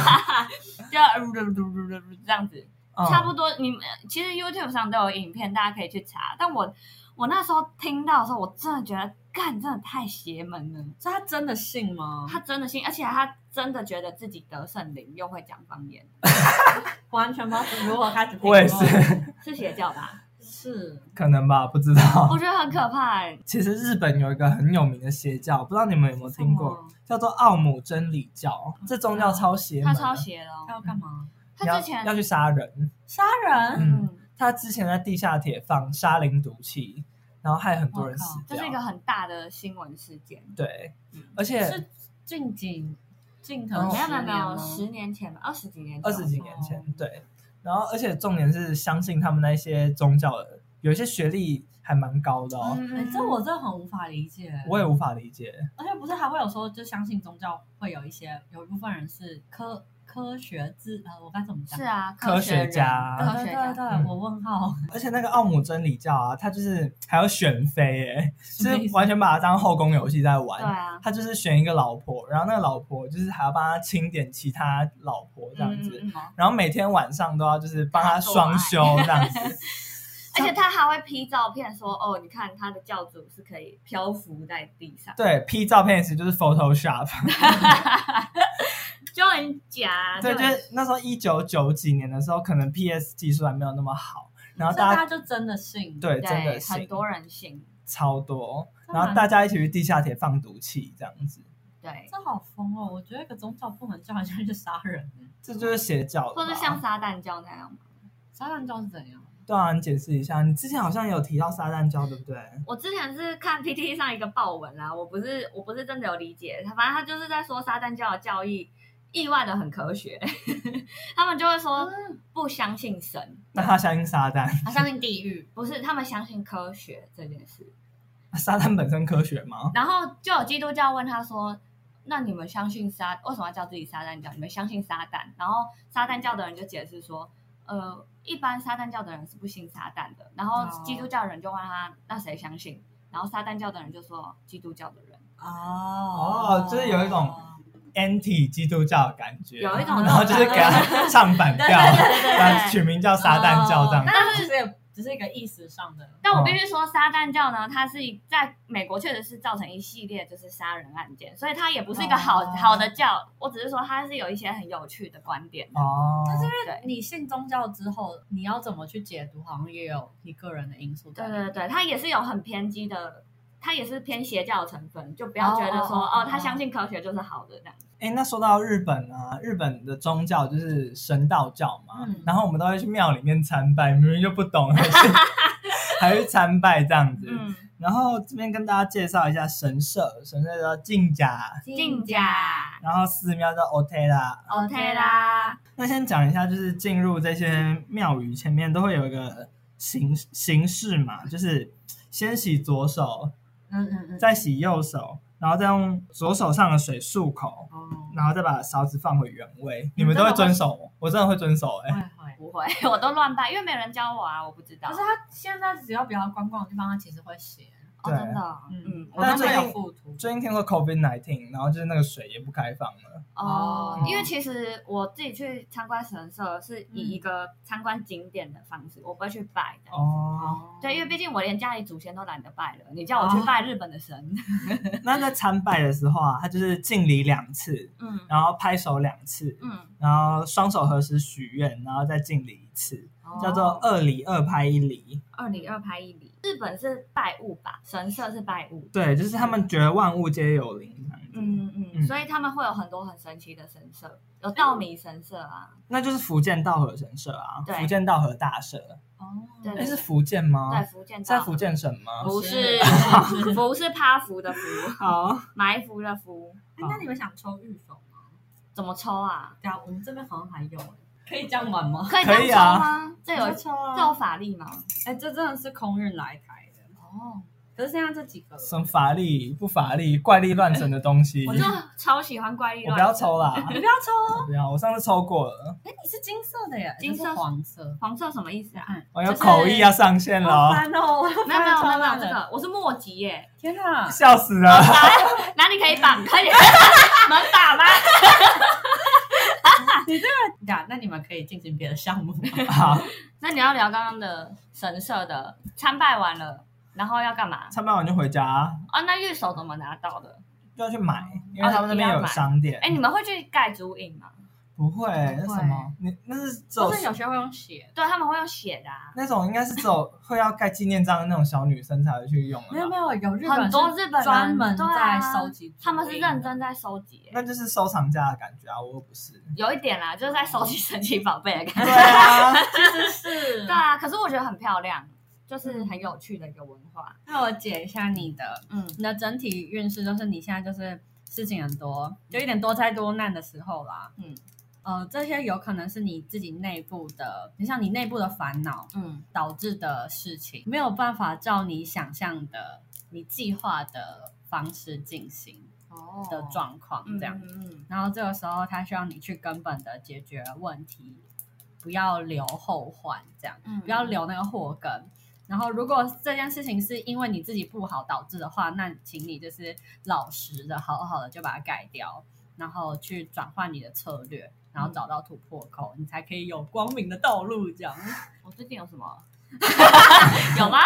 S1: 就啊噜噜噜噜噜噜这样子。
S2: 嗯
S1: 差不多，你们其实 YouTube 上都有影片，大家可以去查。但我我那时候听到的时候，我真的觉得干真的太邪门了。
S3: 所以他真的信吗？
S1: 他真的信，而且他真的觉得自己得圣灵，又会讲方言，
S3: 完全不知道如何开始。
S2: 嗯我也是，
S1: 是邪教 吧？
S3: 是
S2: 可能吧，不知道
S1: 我。觉得很可怕、欸。
S2: 其实日本有一个很有名的邪教，不知道你们有没有听过，叫做奥姆真理教。这宗教超邪
S1: 哦他
S2: 门的，
S1: 超邪的哦、
S3: 他要干嘛？
S1: 他
S2: 要
S1: 之前
S2: 啊要去杀人。
S3: 杀人？
S2: 嗯
S1: 嗯，
S2: 他之前在地下铁放沙林毒气，然后害很多人死
S1: 这
S2: 掉。
S1: 是一个很大的新闻事件。
S2: 对
S1: 嗯，
S2: 而且
S3: 是近景近
S1: 没
S3: 藤
S1: 有
S3: 十
S2: 哦
S1: 哦没有没
S3: 年吗
S1: 有，十年前吧，二十几年前，
S2: 二十几年
S1: 哦
S2: 前，对。然后，而且重点是，相信他们那些宗教的，有一些学历还蛮高的哦，
S1: 嗯
S3: 哎，这我真的很无法理解。
S2: 我也无法理解。
S3: 而且不是还会有说，就相信宗教会有一些有一部分人是科科学自呃，我该怎么讲？
S1: 是啊，
S2: 科学
S1: 人
S2: 家
S1: 科
S3: 对
S1: 学
S3: 对
S1: 家
S3: 对，对
S2: 嗯
S3: 我问号，
S2: 而且那个奥姆真理教啊，他就是还要选妃，哎，就
S3: 什么意思
S2: 是完全把它当后宫游戏在玩。
S1: 对啊，
S2: 他就是选一个老婆，然后那个老婆就是还要帮他清点其他老婆这样子，
S1: 嗯嗯嗯
S2: 然后每天晚上都要就是帮他双休这样子。
S1: 而且他还会 P 照片说，哦，你看他的教主是可以漂浮在地上，
S2: 对，P 照片其实就是 Photoshop，
S1: 就很假，
S2: 对，
S1: 就
S2: 就
S1: 很
S2: 是那时候一九九几年的时候，可能 PS 技术还没有那么好，然后
S3: 所以
S2: 大
S3: 大
S2: 家
S3: 家就真的信。，
S2: 对真的
S1: 对，
S2: 信
S1: 很多人信，
S2: 超多，
S3: 真的
S2: 然后大家一起去地下铁放毒气这样子，
S1: 对，
S3: 这好疯哦！我觉得一个宗教不能叫人家去杀人，
S2: 这就是邪教了吧。
S1: 或者像撒旦教那样。
S3: 杀人教是怎样？
S2: 对啊，你解释一下，你之前好像有提到撒旦教，对不对？
S1: 我之前是看 PT 上一个报文啦，我不是我不是真的有理解，他反正他就是在说撒旦教的教义意外的很科学， 他们就会说不相信神，
S2: 那他嗯啊相信撒旦，
S3: 他相信地狱，
S1: 不是他们相信科学这件事。
S2: 撒旦本身科学吗？
S1: 然后就有基督教问他说：“那你们相信撒为什么要叫自己撒旦教？你们相信撒旦？”然后撒旦教的人就解释说：“呃，一般撒旦教的人是不信撒旦的。”然后
S3: 哦
S1: 基督教人就问他：“那谁相信？”然后撒旦教的人就说：“基督教的人。”
S3: 哦
S2: 哦就是有一种 anti 基督教的感觉，
S1: 有一种
S2: 然后就是给他唱反调，把取名叫 撒旦教这样
S3: 哦
S2: 子。
S3: 但是只是只是一个意识上的，
S1: 但我必须说，撒旦教呢，它是在美国确实是造成一系列就是杀人案件，所以它也不是一个好、
S3: 哦
S1: 好的教。我只是说它是有一些很有趣的观点。
S2: 哦，
S1: 对
S3: 你信宗教之后，你要怎么去解读，好像也有你个人的因素在
S1: 对
S3: 里面。
S1: 对对，它也是有很偏激的，它也是偏邪教的成分，就不要觉得说
S3: 哦
S1: 哦
S3: 哦哦
S1: 他相信科学就是好的这样。
S2: 哎，那说到日本啊，日本的宗教就是神道教嘛，
S3: 嗯
S2: 然后我们都会去庙里面参拜，明明就不懂，还 是还去参拜这样子。
S1: 嗯，
S2: 然后这边跟大家介绍一下神社，神社叫静甲，
S1: 进甲
S2: 然后寺庙叫 Otera。
S1: 嗯 OK 啦，
S2: 那先讲一下，就是进入这些庙宇前面都会有一个形形式嘛，就是先洗左手，
S3: 嗯嗯嗯，
S2: 再洗右手，然后再用左手上的水漱口，
S1: 嗯
S3: 哦，
S2: 然后再把勺子放回原位。你们都会遵守吗？嗯我真的会遵守哎、
S3: 会会。
S1: 不会，我都乱拜，因为没有人教我啊，我不知道。
S3: 可是他现在只要比较观光的地方，他其实会写，
S1: 哦，
S2: 对
S1: 真的哦，嗯，我
S3: 我
S2: 但
S3: 们
S1: 都
S2: 最
S1: 没
S3: 会
S1: 有
S2: 近
S3: 有附图。
S2: 最近听说 COVID nineteen，然后就是那个水也不开放了。
S1: 哦
S3: 哦，
S1: 因为其实我自己去参观神社是以一个参观景点的方式，我不会去拜的。
S2: 哦，
S1: 对，因为毕竟我连家里祖先都懒得拜了，你叫我去拜日本的神，
S2: 那在参拜的时候啊，他就是敬礼两次，
S1: 嗯
S2: 然后拍手两次，
S1: 嗯，
S2: 然后双手合十许愿，然后再敬礼一次，叫做
S1: 哦
S2: 二礼二拍一礼。
S1: 二里二拍一里，日本是拜物吧，神社是拜物。
S2: 对，就是他们觉得万物皆有灵这样子。
S1: 嗯嗯
S2: 嗯
S1: 嗯，所以他们会有很多很神奇的神社，有稻米神社啊，
S2: 那就是福建道和神社啊，
S1: 对
S2: 福建道和大社。
S3: 哦，
S1: 对
S2: 哎，
S1: 对
S2: 是福建吗？
S1: 在福建
S2: 在
S1: 道。哦
S2: 福建省吗？
S1: 不是福是趴福的福，
S2: 好，
S1: 埋伏的伏，
S3: 那你们想抽玉手吗？
S1: 怎么抽啊？
S3: 对啊，我们这边好像还有，可以这样玩吗？
S1: 可以这
S2: 可以
S1: 样抽
S2: 啊
S1: 吗？这有
S3: 抽
S1: 这有
S3: 啊！
S1: 法力吗？
S3: 哎，这真的是空运来台的。
S1: 哦，
S3: 可是现在这几个
S2: 什么法力不法力、怪力乱神的东西，
S1: 我
S2: 我
S1: 就超喜欢怪力
S2: 不
S1: 乱神，
S2: 要抽啦，
S3: 你不要抽哦！
S2: 我不要。我上次抽过了，
S3: 哎，你是金色的耶，
S1: 金色
S3: 这是黄色。
S1: 黄色什么意思啊？
S3: 看，
S2: 我哦有口译要上线了
S3: 好
S2: 哦，
S3: 烦哦！我要
S1: 没有没
S3: 翻
S1: 有没有没有
S3: 烂
S1: 这
S3: 了，
S1: 个，我是莫吉耶，
S3: 天啊哪！
S2: 笑死了。
S1: 哪里可以绑？可以门把吗？
S3: 呀，那你们可以进行别的项目吗。
S2: 好，
S1: 那你要聊刚刚的神社的参拜完了，然后要干嘛？
S2: 参拜完就回家啊，
S1: 啊，那玉手怎么拿到的？
S2: 就要去买，因为他们那边有商店。
S1: 哦哎，你们会去盖竹影吗？
S2: 不会，那
S3: 不会
S2: 什么，你那是只有
S3: 或是有些会用写的。
S1: 对，他们会用写的啊。
S2: 那种应该是只有会要盖纪念章的那种小女生才会去用
S3: 没有
S2: 的
S3: 没
S2: 吧。
S3: 有，有日本
S1: 很多日本人
S3: 是专门
S1: 对
S3: 在
S1: 啊
S3: 收集，
S1: 他们是认真。在收集、
S2: 那就是收藏家的感觉啊，我又不 是。
S1: 有一点啦，就是在收集神奇宝贝的感
S2: 对
S1: 觉。
S2: 啊，
S3: 其实是
S1: 对啊，可是我觉得很漂亮，就是很有趣的一个文化。
S3: 那我解一下你的，
S1: 嗯，
S3: 你的整体运势就是你现在就是事情很多，有一点多灾多难的时候啦。
S1: 嗯，
S3: 呃，这些有可能是你自己内部的，你像你内部的烦恼
S1: 嗯，
S3: 导致的事情，没有办法照你想象的、你计划的方式进行
S1: 哦
S3: 的状况这样。
S1: 嗯嗯
S3: 然后这个时候，他需要你去根本的解决问题，不要留后患这样。
S1: 嗯，
S3: 不要留那个祸根。然后，如果这件事情是因为你自己不好导致的话，那请你就是老实的、好好的就把它改掉，然后去转换你的策略，然后找到突破口，你才可以有光明的道路。这样，
S1: 我最近有什么？ 有吗？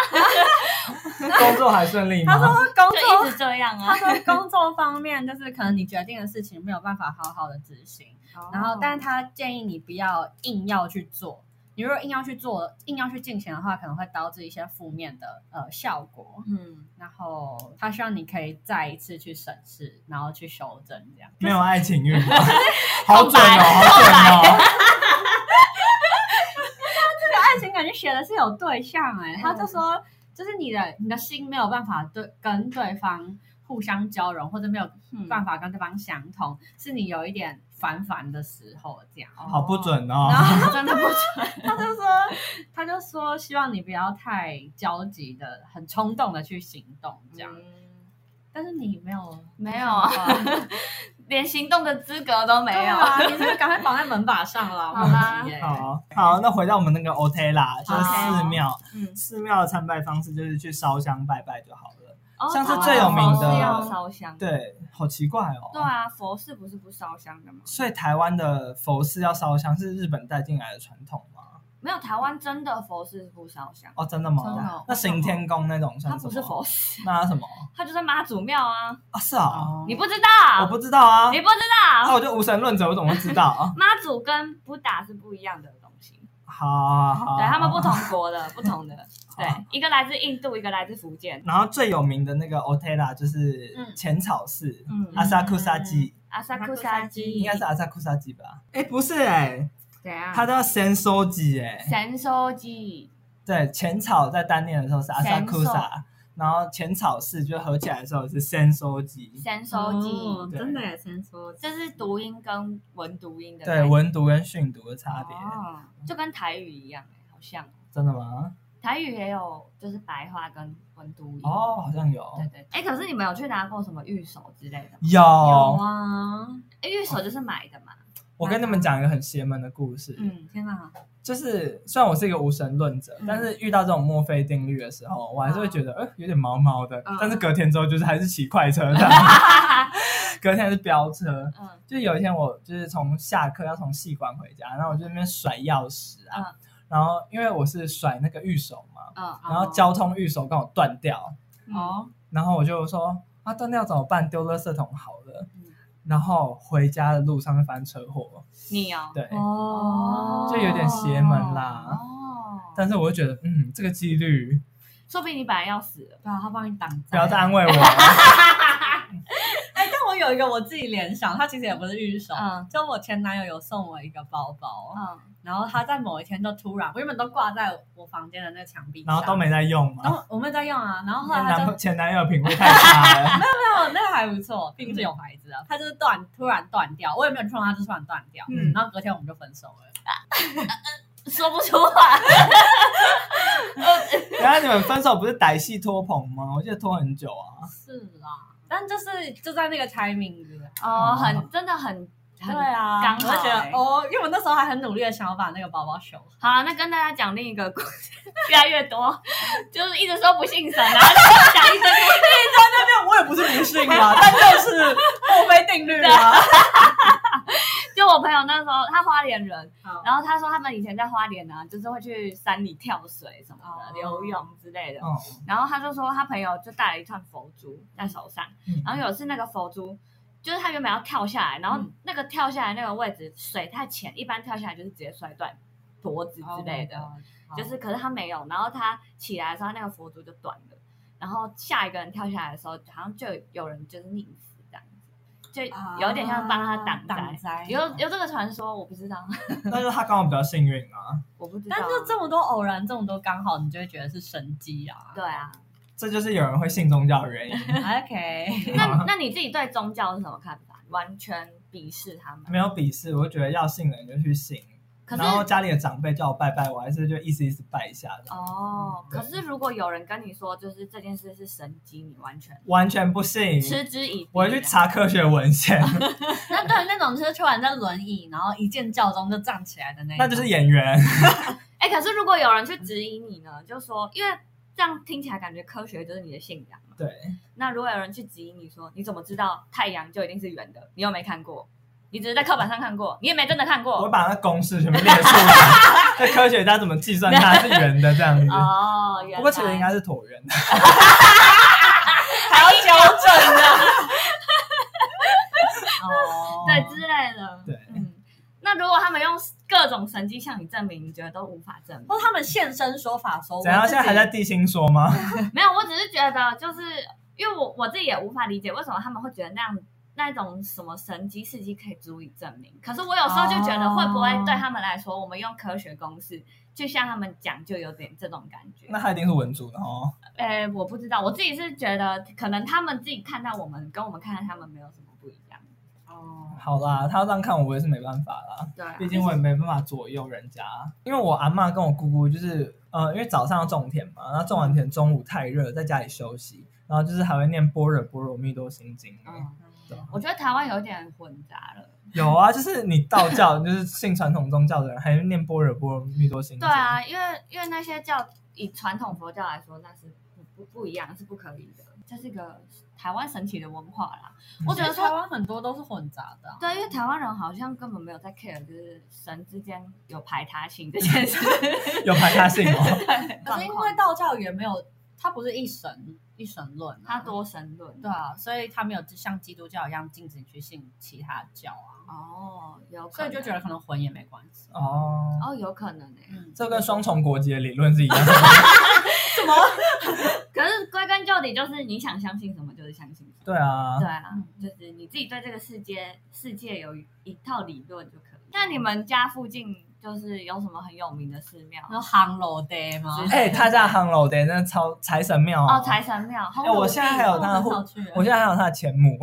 S2: 工作还顺利吗
S3: 他？说工
S1: 就
S3: 作
S1: 一，直这样
S3: 他
S1: 啊。
S3: 说 工作方面就是可能你决定的事情没有办法好好的执行，
S1: 哦
S3: 然后，但是他建议你不要硬要去做。你如果硬要去做、硬要去进行的话，可能会导致一些负面的呃效果。
S1: 嗯，
S3: 然后他希望你可以再一次去审视，然后去修正这样。
S2: 没有爱情运吗，好准哦，好准哦。
S3: 爱情感觉写的是有对象哎、他就
S1: 嗯
S3: 说就是你的你的心没有办法对跟对方互相交融，或者没有
S1: 嗯
S3: 办法跟对方相通，是你有一点烦烦的时候这样。
S2: 好不准
S3: 然
S2: 哦，
S3: 后
S1: 真的不准。
S3: 他就说，他就说希望你不要太焦急的、很冲动的去行动这样。
S1: 嗯
S3: 但是你没有
S1: 没有啊
S3: 想法
S1: 连行动的资格都没
S3: 对
S1: 有。
S3: 啊，你这个赶快绑在门把上了，
S1: 好啦
S3: 忘记耶
S2: 好好，那回到我们那个 o t 啦，就是寺庙，
S1: 哦嗯，
S2: 寺庙的参拜方式就是去烧香拜拜就好了。
S1: 哦
S2: 像是
S1: 台湾
S2: 最有名的
S1: 佛寺要烧香。
S2: 对，好奇怪哦。
S1: 对啊，佛寺不是不烧香的吗？
S2: 所以台湾的佛寺要烧香是日本带进来的传统吗？
S1: 没有，台湾真的佛寺不烧香，
S2: 哦，真的吗？
S1: 真的
S2: 那行天宫那种算
S1: 它
S2: 什
S1: 不
S2: 么？
S1: 是佛寺，
S2: 那什么？
S1: 它就是妈祖庙啊。
S2: 啊，是啊，
S3: 哦
S1: 你不知道？
S2: 我不知道啊
S1: 你。不知
S2: 那
S1: 道，？
S2: 我就无神论者，我怎么会知道啊
S1: 妈祖跟布达是不一样的东西，
S2: 好好，好
S1: 对他们不。同国的，不同的，对
S2: 好，
S1: 一个来自印度，一个来自福建。
S2: 然后最有名的那个 o t e l a 就是
S3: 嗯
S2: 浅草寺，
S1: 嗯，
S2: 阿萨库萨基，
S1: 阿萨库萨
S2: 应
S1: 基
S2: 该是阿萨库萨基吧？哎，不是哎，
S1: 怎样？
S2: 它叫神收基哎。
S1: 神收基，
S2: 对，浅草在单念的时候是阿萨库
S1: 神兽
S2: 萨，然后浅草寺就合起来的时候是神收基。
S1: 神收基，
S3: 哦
S2: 对
S3: 真的也先说
S1: 这是读音跟文读音的
S2: 对
S1: 感觉
S2: 文读跟训读的差别，
S1: 哦就跟台语一样，好像哦
S2: 真的吗？
S1: 台语也有就是白话跟文读音。
S2: 哦，好像有
S1: 对对，哎，可是你们有去拿过什么玉手之类的吗？
S3: 有
S2: 有。
S3: 啊，
S1: 哎，玉手就是买的嘛。
S2: 我跟你们讲一个很邪门的故事，
S1: 嗯
S3: 天哪，
S2: 就是虽然我是一个无神论者，
S1: 嗯
S2: 但是遇到这种墨菲定律的时候，我还是会觉得呃有点毛毛的
S1: 嗯，
S2: 但是隔天之后就是还是骑快车 的，隔天还是飙车。
S1: 嗯
S2: 就有一天我就是从下课要从戏馆回家，然后我就在那边甩钥匙啊，然后因为我是甩那个玉手嘛，
S1: 嗯
S2: 然后交通玉手刚好断掉，
S1: 哦，
S3: 哦，
S2: 然后我就说啊，断掉怎么办？丢垃圾桶好了。
S1: 嗯
S2: 然后回家的路上就发生车祸，
S1: 你哦，
S2: 对，
S3: 哦，
S2: 就有点邪门啦。
S1: 哦，
S2: 但是我就觉得，嗯，这个几率
S1: 说不定你本来要死了。
S3: 对啊，他帮你挡，
S2: 不要再安。慰我。
S3: 哎，但我有一个我自己联想，他其实也不是预手，
S1: 嗯
S3: 就我前男友有送我一个包包，
S1: 嗯，
S3: 然后他在某一天就突然，我原本都挂在我房间的那个墙壁上，
S2: 然后都，没在用
S3: 然
S2: 嘛，
S1: 哦
S3: 后我没有在用啊，然后后来他就
S2: 男前男友品味太差了。
S3: 没有，那个还不错，并不是有牌子啊，他就是断突然断掉，我也没有撞他，就突然断掉，
S2: 嗯
S3: 然后隔天我们就分手了。
S1: 说不出 话。
S2: 然后你们分手不是歹戏拖棚吗？我记得拖很久啊。
S3: 是啦，但就是就在那个 timing 里面
S1: 哦，很真的很很
S3: 对。啊，
S1: 刚
S3: 我
S1: 好
S3: 就觉
S1: 欸
S3: 得哦，因为我那时候还很努力的想要把那个包包修好，
S1: 好，那跟大家讲另一个故事，越来越多， 就是一直说不信神，然后就讲一堆故事。
S2: 那 边我也不是不信啊，但就是
S3: 墨菲定律啊，
S1: 就我朋友那时候他花莲人，
S3: 好
S1: 然后他说他们以前在花莲啊，就是会去山里跳水什么的，
S3: 哦
S1: 游泳之类的。
S2: 哦，
S1: 然后他就说他朋友就带了一串佛珠在手上，
S2: 嗯
S1: 然后有一次那个佛珠。就是他原本要跳下来，然后
S3: 嗯
S1: 那个跳下来那个位置水太浅，一般跳下来就是直接摔断脖子之类的。
S3: Oh my god，
S1: 就是可是他没有，然后他起来的时候那个佛珠就断了，然后下一个人跳下来的时候，好像就有人就是溺死这样子，就
S3: 啊
S1: 有点像帮他挡灾。
S3: 挡灾
S1: 有有这个传说，我不知道，
S2: 那嗯就他刚好比较幸运啊，
S1: 我不知道。
S3: 但是这么多偶然，这么多刚好，你就会觉得是神机啊。
S1: 对 啊，
S2: 这就是有人会信宗教的 原因。
S3: ，OK，
S1: 那那你自己对宗教是什么看法？完全鄙视他们？
S2: 没有鄙视，我就觉得要信的人就去信。
S1: 可是
S2: 然后家里的长辈叫我拜拜，我还是就意思意思拜一下的，
S1: 哦，
S2: 嗯对
S1: 可是如果有人跟你说就是这件事是神机，你完全
S2: 完全不信。
S1: 嗤之以鼻。
S2: 我会去。查科学文 献，
S3: 那对于那种就是突然在轮椅，然后一见教宗就站起来的那一种，
S2: 那就是演员。
S1: 哎，可是如果有人去质疑你呢，就说因为这样听起来感觉科学就是你的信仰。
S2: 对，
S1: 那如果有人去质疑你说，你怎么知道太阳就一定是圆的？你又没看过，你只是在课本上看过，你也没真的看
S2: 我会
S1: 过。
S2: 把那公式全部列出 来，在科学家怎么计算它是圆的这样子。
S1: 哦，原来
S2: 不过其实应该是椭圆的，
S3: 还要纠正
S1: 啊
S3: 的。 哦，
S1: 对之类的。
S2: 对
S1: 嗯，那如果他们用各种神迹向你证明，你觉得都无法证
S2: 哦
S3: 或他们现身说法说，
S2: 怎样？
S3: 我自
S2: 现
S3: 己
S2: 在还在地心说吗？
S1: 明？没有，我只是觉得就是因为我我自己也无法理解为什么他们会觉得那样。那种什么神机事迹可以足以证明，可是我有时候就觉得
S3: 哦
S1: 会不会对他们来说，我们用科学公式去向他们讲，就有点这种感觉。
S2: 那他一定是文组的哦。
S1: 呃，我不知道，我自己是觉得可能他们自己看到我们跟我们看到他们没有什么不一样。
S3: 哦，
S2: 好啦，他这样看我，我也是没办法啦。
S1: 对、啊
S2: 毕竟我也没办法左右人家，因为我阿嬷跟我姑姑就是，呃，因为早上要种田嘛，然后种完田中午太热，在家里休息，然后就是还会念般若波罗蜜多心经。
S1: 嗯，
S2: 对啊
S1: 我觉得台湾有点混杂了。
S2: 有啊，就是你道教就是信传统宗教的人，还会念般若波罗蜜多心经。
S1: 对，啊，因为因为那些教以传统佛教来说，那是不不不一样，是不可以的。这是个台湾神奇的文化
S2: 嗯
S1: 啦。我
S3: 我
S1: 只
S3: 觉
S1: 能
S3: 得台
S1: 说，
S3: 湾很多都是混杂的啊、
S1: 对，因为台湾人好像根本没有在 care，就是神之间有排他性这件事。
S2: 有排他性哦。
S3: 可是因为道教也没有，它不是一神一神论、啊，
S1: 他多神论。
S3: 对啊，所以它没有像基督教一样禁止你去信其他教啊，
S1: 哦，有可
S3: 所
S1: 能，
S3: 以就觉得可能混也没关系。
S2: 哦，
S1: 哦，有可能诶、
S3: 嗯，
S2: 这跟双啊重国籍的理论是一 样的。
S1: 可是归根究底，就是你想相信什么就是相信什么。
S2: 对啊
S1: 对，啊
S3: 嗯，
S1: 就是你自己对这个世界世界有一套理论就可以。那你们家附近就是有什么很有名的寺庙？
S3: 那杭楼的吗？
S1: 是
S2: 哎、他家 Hello 的那超财神庙
S1: 哦，财神庙。哎
S2: 哎我现在还
S3: 哦
S2: 有
S3: 我
S2: 那
S3: 很
S2: 户
S3: 少去，
S2: 我现在还有他的前母，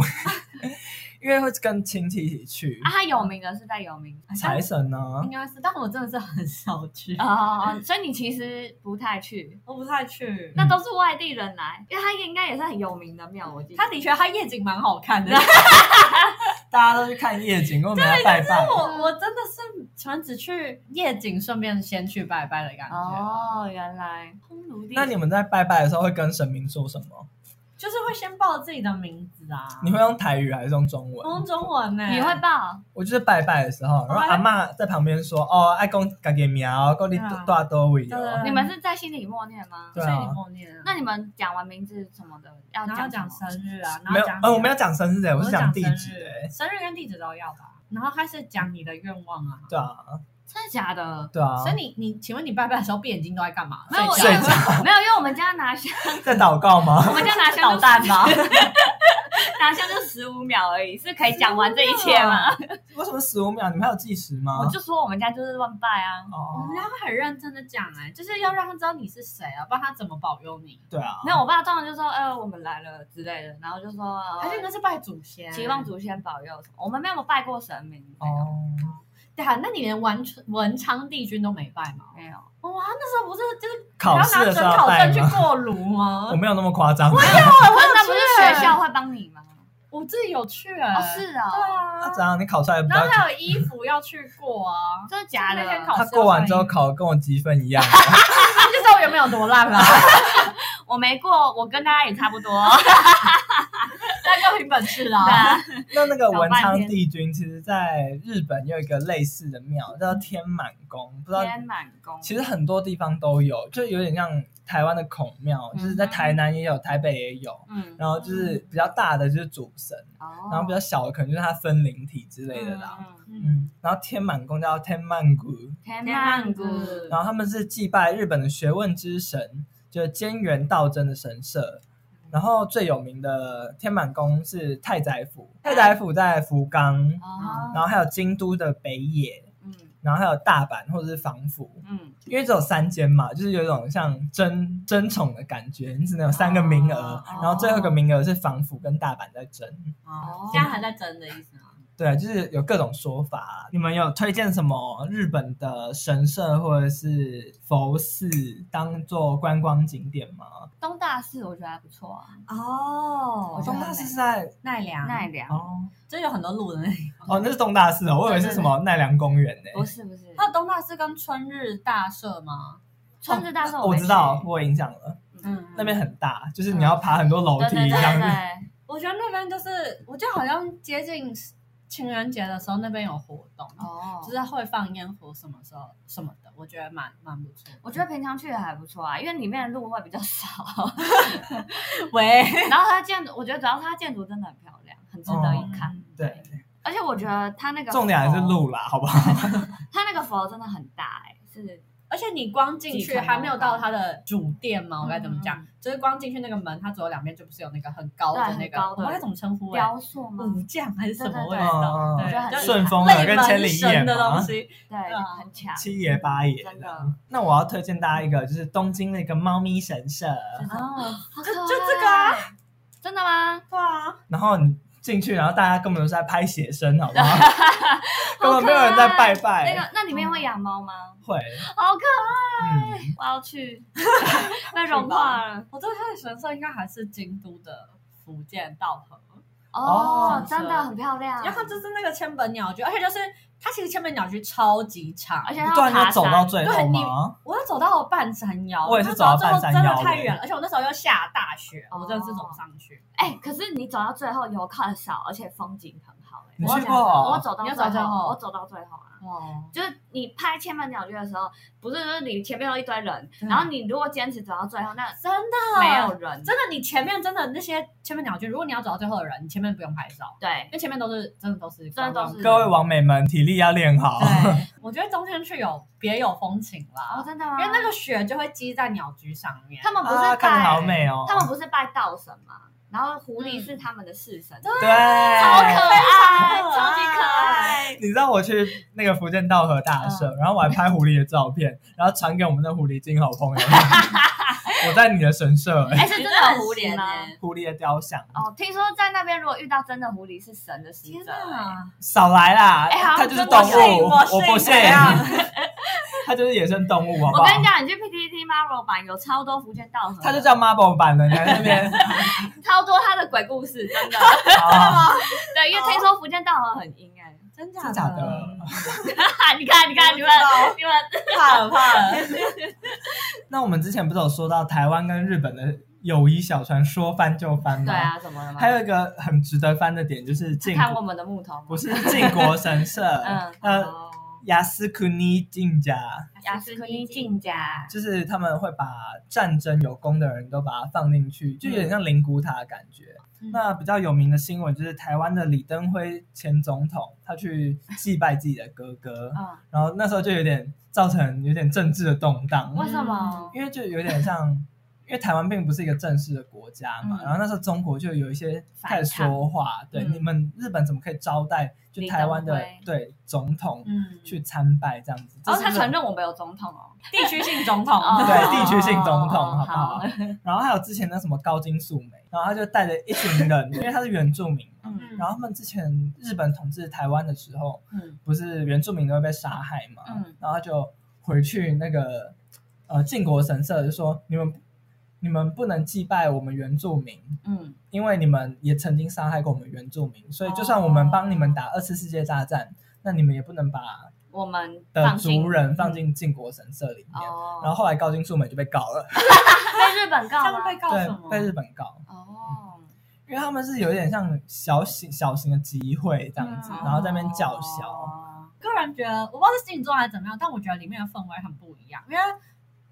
S2: 因为会跟亲戚一起去。
S1: 啊，它有名的是在有名
S2: 财神呢、
S3: 应该是，但我真的是很少去，
S1: 哦 哦，哦所以你其实不太去，
S3: 我不太去。
S1: 那都是外地人来，因为它应该也是很有名的庙，我记得。
S3: 它的确，它夜景蛮好看的。
S2: 大家都去看夜景，跟我们来拜拜。
S3: 我我真的是喜欢只去夜景，顺便先去拜拜的感觉，
S1: 哦，原来烘炉地。
S2: 那你们在拜拜的时候会跟神明说什么？
S3: 就是会先报自己的名字啊。
S2: 你会用台语还是用中文？
S3: 我用中文呢、
S1: 你会报？
S2: 我就是拜拜的时候，然后
S3: 哎
S2: 阿嬷在旁边说：“哦，爱公家给苗，够你
S3: 嗯
S2: 大多位
S3: 对对
S2: 哦。
S3: 对
S1: 你们是在心里默念吗？
S2: 对
S3: 所以你
S2: 啊
S3: 默念啊。
S1: 那你们讲完名字什么的，要
S3: 然后
S1: 讲
S3: 讲
S1: 什么
S3: 生日啊，然后
S2: 没有，
S3: 讲
S2: 呃，我没
S3: 有，
S2: 有讲生日，我是讲
S3: 讲
S2: 地
S3: 生
S2: 址
S3: 日，
S2: 哎。
S3: 生日跟地址都要吧。然后开始讲你的愿望啊。
S2: 对啊，
S1: 真的假的？
S2: 对啊
S3: 所，以你你，请问你拜拜的时候闭眼睛都在干嘛？
S1: 没有，我
S2: 睡
S3: 睡
S2: 觉
S3: 觉。
S1: 没有，因为我们家拿香，
S2: 在祷告
S1: 我
S2: 吗？
S1: 们家拿香
S3: 捣蛋
S1: 吧， 拿香就十五秒而已，是可以讲完这一切吗？
S2: 为什么十五秒？你们还有计时吗？
S1: 我就说我们家就是乱拜啊，
S3: 我
S2: 哦
S3: 们，家会很认真的讲哎、就是要让他知道你是谁啊，不然他怎么保佑你？
S2: 对啊，
S1: 没有，我爸当然就说，呃，我们来了之类的，然后就说，
S3: 他就应
S1: 呃
S3: 该是拜祖先，
S1: 期望。祖先保佑什么，我们没有拜过神明，没有，
S2: 哦，
S3: 对啊，那你连文文昌帝君都没拜吗？
S1: 没有，
S3: 哇，那时候不是就是
S2: 考试
S3: 你要
S2: 的
S3: 拿
S2: 时
S3: 准
S2: 候
S3: 考
S2: 拜
S3: 证去
S2: 吗？
S3: 过炉吗
S2: 我？没有那么夸张。
S1: 可是那不
S3: 去
S1: 是学校会帮你吗？
S3: 我自己有去哎、
S1: 哦，是
S3: 对
S1: 哦，
S2: 那
S3: 啊，
S2: 怎样？你考出来不
S3: 然
S2: 要
S3: 后还有衣服要去过啊，
S1: 真的假的
S3: 那？天考
S2: 他过完之后考得跟我积分一样，
S3: 就知道我原本有 多烂啦、哦
S1: 我没过，我跟大家也差不多，
S3: 大家凭本事
S1: 对
S3: 啦。
S1: 啊，
S2: 那那个文
S1: 搞半
S2: 昌
S1: 天
S2: 帝君，其实在日本有一个类似的庙叫天满宫，不知道
S1: 天满宫，
S2: 其实很多地方都有，就有点像台湾的孔庙，就是在
S1: 嗯哼
S2: 台南也有，台北也有。
S1: 嗯，
S2: 然后就是比较大的就是主神，
S1: 哦，
S2: 然后比较小的可能就是它分灵体之类的啦。
S1: 嗯，嗯
S2: 嗯，然后天满宫叫天满宫，
S1: 天
S3: 天
S1: 满
S3: 满
S1: 宫，
S3: 宫
S2: 然后他们是祭拜日本的学问之神，就是菅原道真的神社。然后最有名的天满宫是太宰府，太宰府在福冈，然后
S1: 哦，
S2: 还有京都的北野，
S1: 嗯
S2: 然后还有大阪或者是防府，
S1: 嗯，
S2: 因为只有三间嘛，就是有一种像争争宠的感觉，你只能有三个名额，
S1: 哦
S2: 然后最后一个名额是防府跟大阪在争。
S1: 哦
S3: 现在还在争的意思吗？
S2: 对，就是有各种说法。你们有推荐什么日本的神社或者是佛寺当做观光景点吗？
S1: 东大寺我觉得还不错啊，
S3: 哦
S1: 我觉得
S2: 东大寺是在
S3: 奈良，
S1: 奈良，
S2: 哦
S3: 就有很多路的 那里。
S2: 哦，那是东大寺哦，我以为
S1: 对对
S2: 是
S1: 对
S2: 什么奈良公园呢、
S1: 不是不是，
S3: 那东大寺跟春日大社吗？
S1: 川之大社
S2: 哦我
S1: 没
S2: 知道，
S1: 去，
S2: 我有印象了，
S3: 嗯，
S2: 那边很大，就是哦你要爬很多楼
S1: 对
S2: 梯
S1: 对对
S2: 这样
S1: 对
S2: 子。
S1: 对，
S3: 我觉得那边就是，我记得好像接近情人节的时候，那边有活动，
S1: 哦，
S3: 就是会放烟火，什么时候什么的，我觉得蛮蛮不错的。
S1: 我觉得平常去也还不错啊，因为里面的路会比较 少，
S3: 喂，
S1: 然后它建筑，我觉得主要是它建筑真的很漂亮，很值得一
S3: 哦
S1: 看。
S2: 对，
S1: 而且我觉得它那个
S2: 重点还是
S1: 佛，
S2: 路啦，好不好？
S1: 它那个佛真的很大哎、是
S3: 而且你光进
S1: 自己
S3: 去
S1: 看
S3: 还没有到它的主殿嘛，我该怎么讲？
S1: 嗯
S3: 就是光进去那个门，它左右两边就不是有那个很高
S1: 对
S3: 的
S1: 很
S3: 那个，
S1: 高的
S3: 我们该怎么称呼、欸？
S1: 雕塑吗？
S3: 武将还是什么味
S1: 对
S3: 道？
S2: 对
S1: 对对
S3: 就
S1: 对
S2: 顺风耳
S3: 类
S2: 跟千
S3: 门
S2: 里眼
S3: 神的东
S2: 嘛，
S3: 西，
S1: 对
S3: 啊，
S1: 很强，
S2: 七爷八爷
S1: 真
S2: 的
S1: 的。
S2: 那我要推荐大家一个，就是东京那个猫咪神社，
S3: 哦，
S1: 好可
S3: 就
S1: 爱
S3: 这个啊，
S1: 真的吗？
S3: 对啊，
S2: 然后你进去，然后大家根本都是在拍写生，好不 好？根本没有人在拜拜。
S1: 那个哎那里面会养猫吗？
S2: 会，
S1: 好可
S2: 嗯，
S1: 爱，我要 去，被融化了。
S3: 我对它的神社应该还是京都的福建道和，
S1: 哦，
S3: 哦
S1: 真的很漂亮
S3: 然，后它就是那个千本鸟居，而且就是它其实千本鸟居超级长，
S1: 而且
S2: 不
S1: 它
S2: 然
S1: 要爬
S2: 就走到最
S1: 山，
S2: 后吗？
S3: 我要走到半山腰，
S2: 我也是走到半山腰
S3: 那时候真的太远了，而且我那时候又下大雪，
S1: 哦
S3: 我真的是走不上去。
S1: 哎，可是你走到最后游客少，而且风景很好。哎
S2: 你
S1: 我
S2: 去
S1: 想
S2: 过哦
S1: 我走到
S3: 你有
S1: 最
S3: 走最
S1: 后，
S3: 后
S1: 我走到最后啊。
S3: 哇，
S1: 就是你拍千本鸟居的时候，不是就是你前面有一堆人，
S3: 对
S1: 然后你如果坚持走到最后，那
S3: 真的
S1: 没有，人，
S3: 真的，你前面真的那些前面鸟居，如果你要走到最后的人，你前面不用拍照，
S1: 对
S3: 因为前面都是真的都是
S1: 真的都是
S2: 各位王美们，体力要练好。
S3: 对，我觉得冬天去有别有风情
S1: 哦，
S3: 啦，
S1: 真的吗？
S3: 因为那个雪就会积在鸟居上面。
S1: 他们不
S2: 啊，
S1: 是
S2: 看着好
S1: 拜
S2: 美哦。
S1: 他们不是拜道神嘛，然后狐狸
S3: 嗯
S1: 是他们的式神，
S2: 对，
S1: 超可爱，
S3: 非常可爱
S1: 超级可爱。
S2: 你知道我去那个福建道和大社，
S1: 嗯
S2: 然后我还拍狐狸的照 片，然后传给我们的狐狸精好朋友。我在你的神社，
S1: 哎，是真的有狐狸
S3: 呢
S1: 吗？？
S2: 狐狸的雕像，
S1: 哦，听说在那边如果遇到真的狐狸是神的使
S3: 天
S1: 者，哎
S3: 哪！
S2: 少来啦
S1: 哎好！
S2: 它就是
S1: 这
S2: 动
S1: 我哎
S3: 信
S2: 物，
S3: 我信
S2: 我不信
S3: 怎样，
S2: 它就是野生动物，好不
S1: 我
S2: 好
S1: 跟？你讲，你去 PTT Marvel 版有超多福建道和的，
S2: 它就叫 Marble 版的，你在那 边。
S1: 超多他的鬼故事，真的。
S2: 啊
S1: 对，因为听说福建道和很阴哎。
S3: 真
S2: 真
S3: 假
S2: 假
S1: 嗯
S2: 的？
S1: 你看，你看，你们
S3: 我
S1: 你们
S3: 怕了怕了，
S2: 那我们之前不是有说到台湾跟日本的友谊小船说翻就翻吗？
S1: 对。啊，怎么了吗？
S2: 还有一个很值得翻的点就是靖
S1: 看我
S2: 国，
S1: 们的木头吗
S2: 不？是靖国神社，
S1: 嗯，
S2: 呃，雅斯库尼靖家，
S1: 雅斯科尼进家，
S2: 就是他们会把战争有功的人都把它放进去，就有点像灵骨塔的感觉。
S3: 嗯
S2: 那比较有名的新闻就是台湾的李登辉前总统，他去祭拜自己的哥哥，
S1: 嗯，
S2: 然后那时候就有点造成有点政治的动荡，
S1: 为什么？
S2: 因为就有点像， 因为台湾并不是一个正式的国家嘛，
S1: 嗯
S2: 然后那时候中国就有一些
S1: 反
S2: 开始说话，对、
S1: 嗯
S2: 你们日本怎么可以招待就
S1: 李
S2: 台湾
S1: 登
S2: 的
S1: 辉
S2: 对总统
S3: 嗯，
S2: 去参拜这样子？
S1: 然后
S2: 这
S1: 哦他
S2: 是
S1: 承认我们有总统哦，
S3: 地区性总统，
S1: 哦
S2: 对地区性总统，
S1: 哦
S2: 好不好
S1: 好？
S2: 然后还有之前那什么高金素梅，然后他就带着一群 人，因为他是原住民嘛。
S1: 嗯
S2: 然后他们之前日本统治台湾的时候，
S3: 嗯
S2: 不是原住民都会被杀害嘛，
S1: 嗯
S2: 然后他就回去那个呃靖国神社就说你们你们不能祭拜我们原住民，
S1: 嗯，
S2: 因为你们也曾经杀害过我们原住民，所以就算
S1: 哦
S2: 我们帮你们打二次世界大战，那你们也不能把
S1: 我们
S2: 的
S1: 放进
S2: 族人放进靖国神社里面。
S1: 哦，
S2: 然后后来高金素梅就被告了，
S1: 被日本告
S3: 他
S1: 吗
S3: 们？被告什
S2: 对，
S3: 么？
S2: 被日本告。
S1: 哦，
S2: 因为他们是有点像小型小型的集会这样子，
S3: 嗯
S2: 然后在那边叫嚣。
S3: 哦个人觉得，我不知道是星座还是怎么样，但我觉得里面的氛围很不一样，因为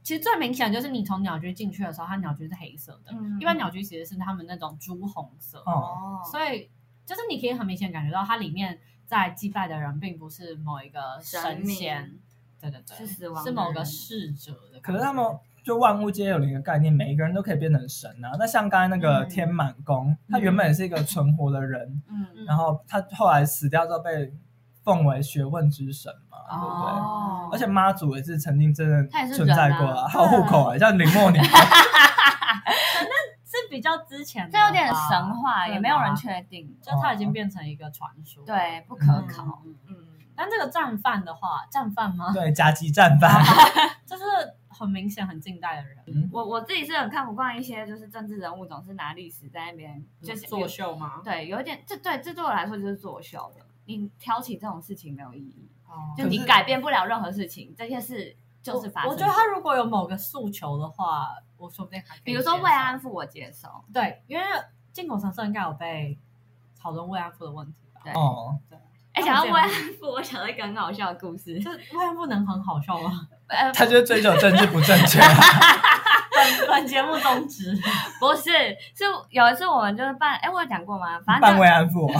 S3: 其实最明显就是你从鸟居进去的时候，它鸟居是黑色的，
S1: 嗯
S3: 一般鸟居其实是他们那种朱红色，
S2: 哦，
S1: 哦，所以
S3: 所以就是你可以很明显感觉到它里面在祭拜的人并不是某一个神
S1: 神
S3: 仙
S1: 明，
S3: 对对对，
S1: 是死亡的
S3: 是某个
S1: 人
S3: 逝者的感觉。
S2: 可是他们就万物皆有灵的概念，每一个人都可以变成神啊。那像刚才那个
S3: 嗯
S2: 天满宫，他原本也是一个存活的人，
S1: 嗯，
S2: 然后他后来死掉之后被奉为学问之神嘛，对不对？
S3: 哦
S2: 而且妈祖也是曾经真
S1: 他也
S2: 的
S1: 是
S2: 存在
S1: 人啊
S2: 过还有户口啊，像林默 娘，
S3: 是比较之前的
S1: 这
S3: 吧，
S1: 有点神话，
S3: 对
S1: 也没有人
S3: 吧
S1: 确定，
S3: 就它已
S2: 哦
S3: 经变成一个传说，
S1: 对，不可
S3: 嗯，
S1: 靠。
S3: 嗯。嗯
S1: 嗯，
S3: 但这个战犯的话，战犯吗？
S2: 对，甲级战犯，
S1: 哦
S3: 就是很明显很近代的人，
S1: 我我自己是很看不惯一些就是政治人物总是拿历史在那边就是有
S3: 嗯秀吗？
S1: 对，有一点这对这对我来说就是作秀的。你挑起这种事情没有意义，
S3: 哦
S1: 就你改变不了任何事情，这件事就是发生。
S3: 我我觉得他如果有某个诉求的话，我说不定还可以
S1: 比如说
S3: 接
S1: 慰
S3: 受
S1: 安妇，我接受。
S3: 对，因为进口神社应该有被讨论慰安妇的问题吧？
S1: 对
S2: 哦，
S3: 他
S1: 哎，想
S3: 们
S1: 到
S3: 这
S1: 慰
S3: 样
S1: 安妇，我想到一个很好笑的故事。
S3: 这慰安妇能很好笑吗？
S1: 呃，
S2: 他就是追求政治不正确。
S3: 本本节目宗旨，
S1: 不是，是有一次我们就是办，哎，我有讲过吗？ 反正
S2: 办
S1: 就
S2: 慰安妇哦，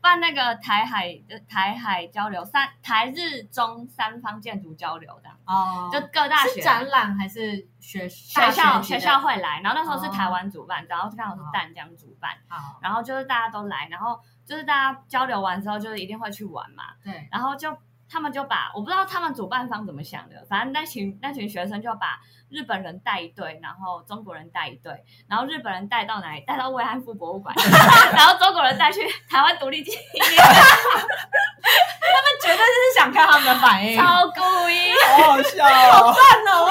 S1: 办那个台海呃台海交流，三台日中三方建筑交流这样，
S3: 哦
S1: 就各大
S3: 是
S1: 学
S3: 展览还是学
S1: 学校
S3: 校
S1: 学校会来，然后那时候
S3: 哦
S1: 是台湾主办，然后刚好是淡江主办，
S3: 好
S1: 然后就是大家都来，然后就是大家交流完之后，就是一定会去玩嘛，
S3: 对
S1: 然后就他们就把我不知道他们主办方怎么想的，反正那群那群学生就把日本人带一队，然后中国人带一队，然后日本人带到哪里？带到慰安妇 博物馆，然后中国人带去台湾独立纪念，
S3: 那绝对是想看他们的反应，
S1: 超故意。
S2: 好好笑哦。
S3: 赞哦，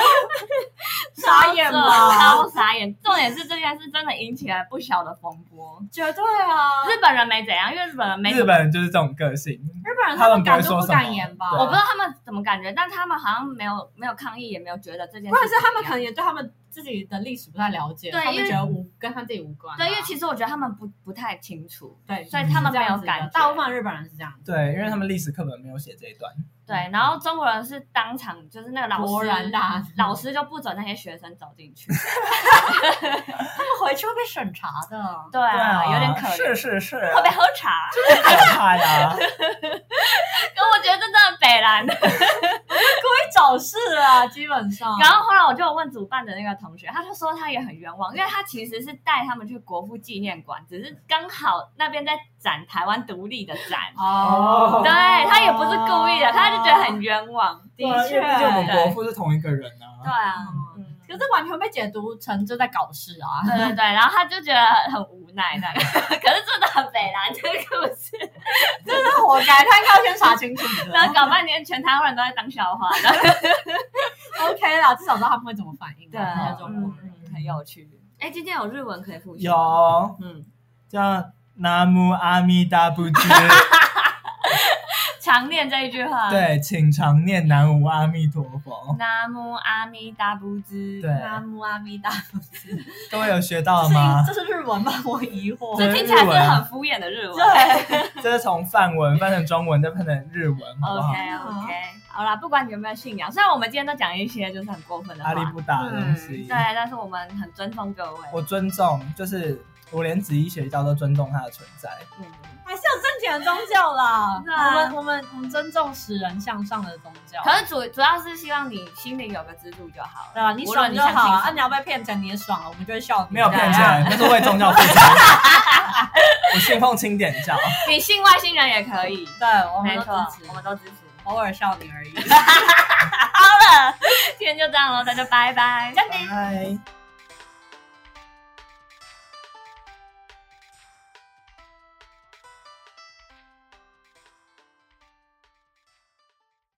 S3: 傻眼吧？
S1: 超傻眼。重点是这件事真的引起了不小的风波。
S3: 绝对啊！
S1: 日本人没怎样，因为日本人 没
S2: 日
S1: 怎么，
S2: 本人就是这种个性，
S3: 日本人
S2: 他
S3: 他
S2: 们
S3: 们
S2: 不会
S3: 敢
S2: 说
S3: 怒
S2: 什么
S3: 不敢言吧？
S2: 对
S1: 我不知道他们怎么感觉，但他们好像没有没有抗议，也没有觉得这件事。
S3: 或者是他们可能也对他们自己的历史不太了解，
S1: 对
S3: 他们
S1: 因为
S3: 觉得无跟他自己无关啊。
S1: 对，因为其实我觉得他们不不太清楚，
S3: 对，
S1: 所以他们没有
S3: 是这样
S1: 感
S3: 子
S1: 觉
S3: 的大部分日本人是这样子，
S2: 对，因为他们历史课本没有写这一段。
S1: 对。然后中国人是当场就是那个老
S3: 勃然
S1: 师，
S3: 嗯大怒，
S1: 老师就不准那些学生走 进去。
S3: 他们回去会被审查的。
S1: 对啊，有点可
S2: 是
S1: 怜。
S2: 是是，
S1: 会被喝茶，
S2: 很可怕啊呀。
S1: 可我觉得这真的很北蓝。
S3: 嗯会找事啊，基本上。
S1: 然后后来我就有问主办的那个同学，他就说他也很冤枉，因为他其实是带他们去国父纪念馆，只是刚好那边在展台湾独立的展，
S3: 哦，
S1: 对他也不是故意的，他就觉得很冤枉。
S3: 的
S2: 对啊因
S3: 确，
S2: 为毕竟我们
S1: 国
S2: 国父是同一个人
S1: 对
S2: 啊。
S1: 啊，
S3: 嗯
S1: 嗯
S3: 可是完全被解读成就在搞事啊。
S1: 对对对，然后他就觉得很无奈那个，可是真的很北蓝这个故事，
S3: 真的活该，他应该要先查清楚的。
S1: 然后搞半天全台湾人都在当笑话，然后
S3: OK 啦，至少知道他们会怎么反应。啊
S1: 对，
S3: 那种
S1: 嗯，很有趣。哎，今天有日文可以复习吗，
S2: 有
S1: 嗯，
S2: 叫南无阿弥达布兹，
S1: 常念这一句话，，
S2: 对，请常念南无阿弥陀佛。
S1: 南无阿弥达布兹，
S2: 对
S3: 南无阿弥达佛，
S2: 各位有学到
S3: 这
S2: 吗？
S3: 是这是日文吗？我疑惑。
S1: 这听起来是很敷衍的日文。
S3: 对，
S2: 这是从梵文翻成中文，再翻成日文，好不好？
S1: OK OK，好啦，不管你有没有信仰，虽然我们今天都讲一些就是很过分的话，嗯
S2: 阿里不达的东
S1: 对，
S2: 西，
S1: 但是我们很尊重各位。
S2: 我尊重，就是我连子衣邪教都尊重它的存在。
S1: 嗯，
S3: 还是有正经的宗教啦。
S1: 对啊
S3: 我们我们我们尊重使人向上的宗教。
S1: 可是主主要是希望你心里有个支柱就好
S3: 对
S1: 了。
S3: 吧？你爽就
S1: 无论你相
S3: 好
S1: 信
S3: 啊
S1: 什！么
S3: 啊你要被骗钱，你也爽了，我们就会笑你。
S2: 没有骗
S3: 对啊
S2: 钱，那是为宗教付出。我信奉清点教，
S1: 你信外星人也可以，
S3: 对，我们
S1: 没
S3: 都
S1: 错
S3: 支，持
S1: 我，们都支持。
S3: 偶尔笑你而已。
S1: 好了，今天就这样喽，大家拜拜，
S3: 真的
S2: 拜。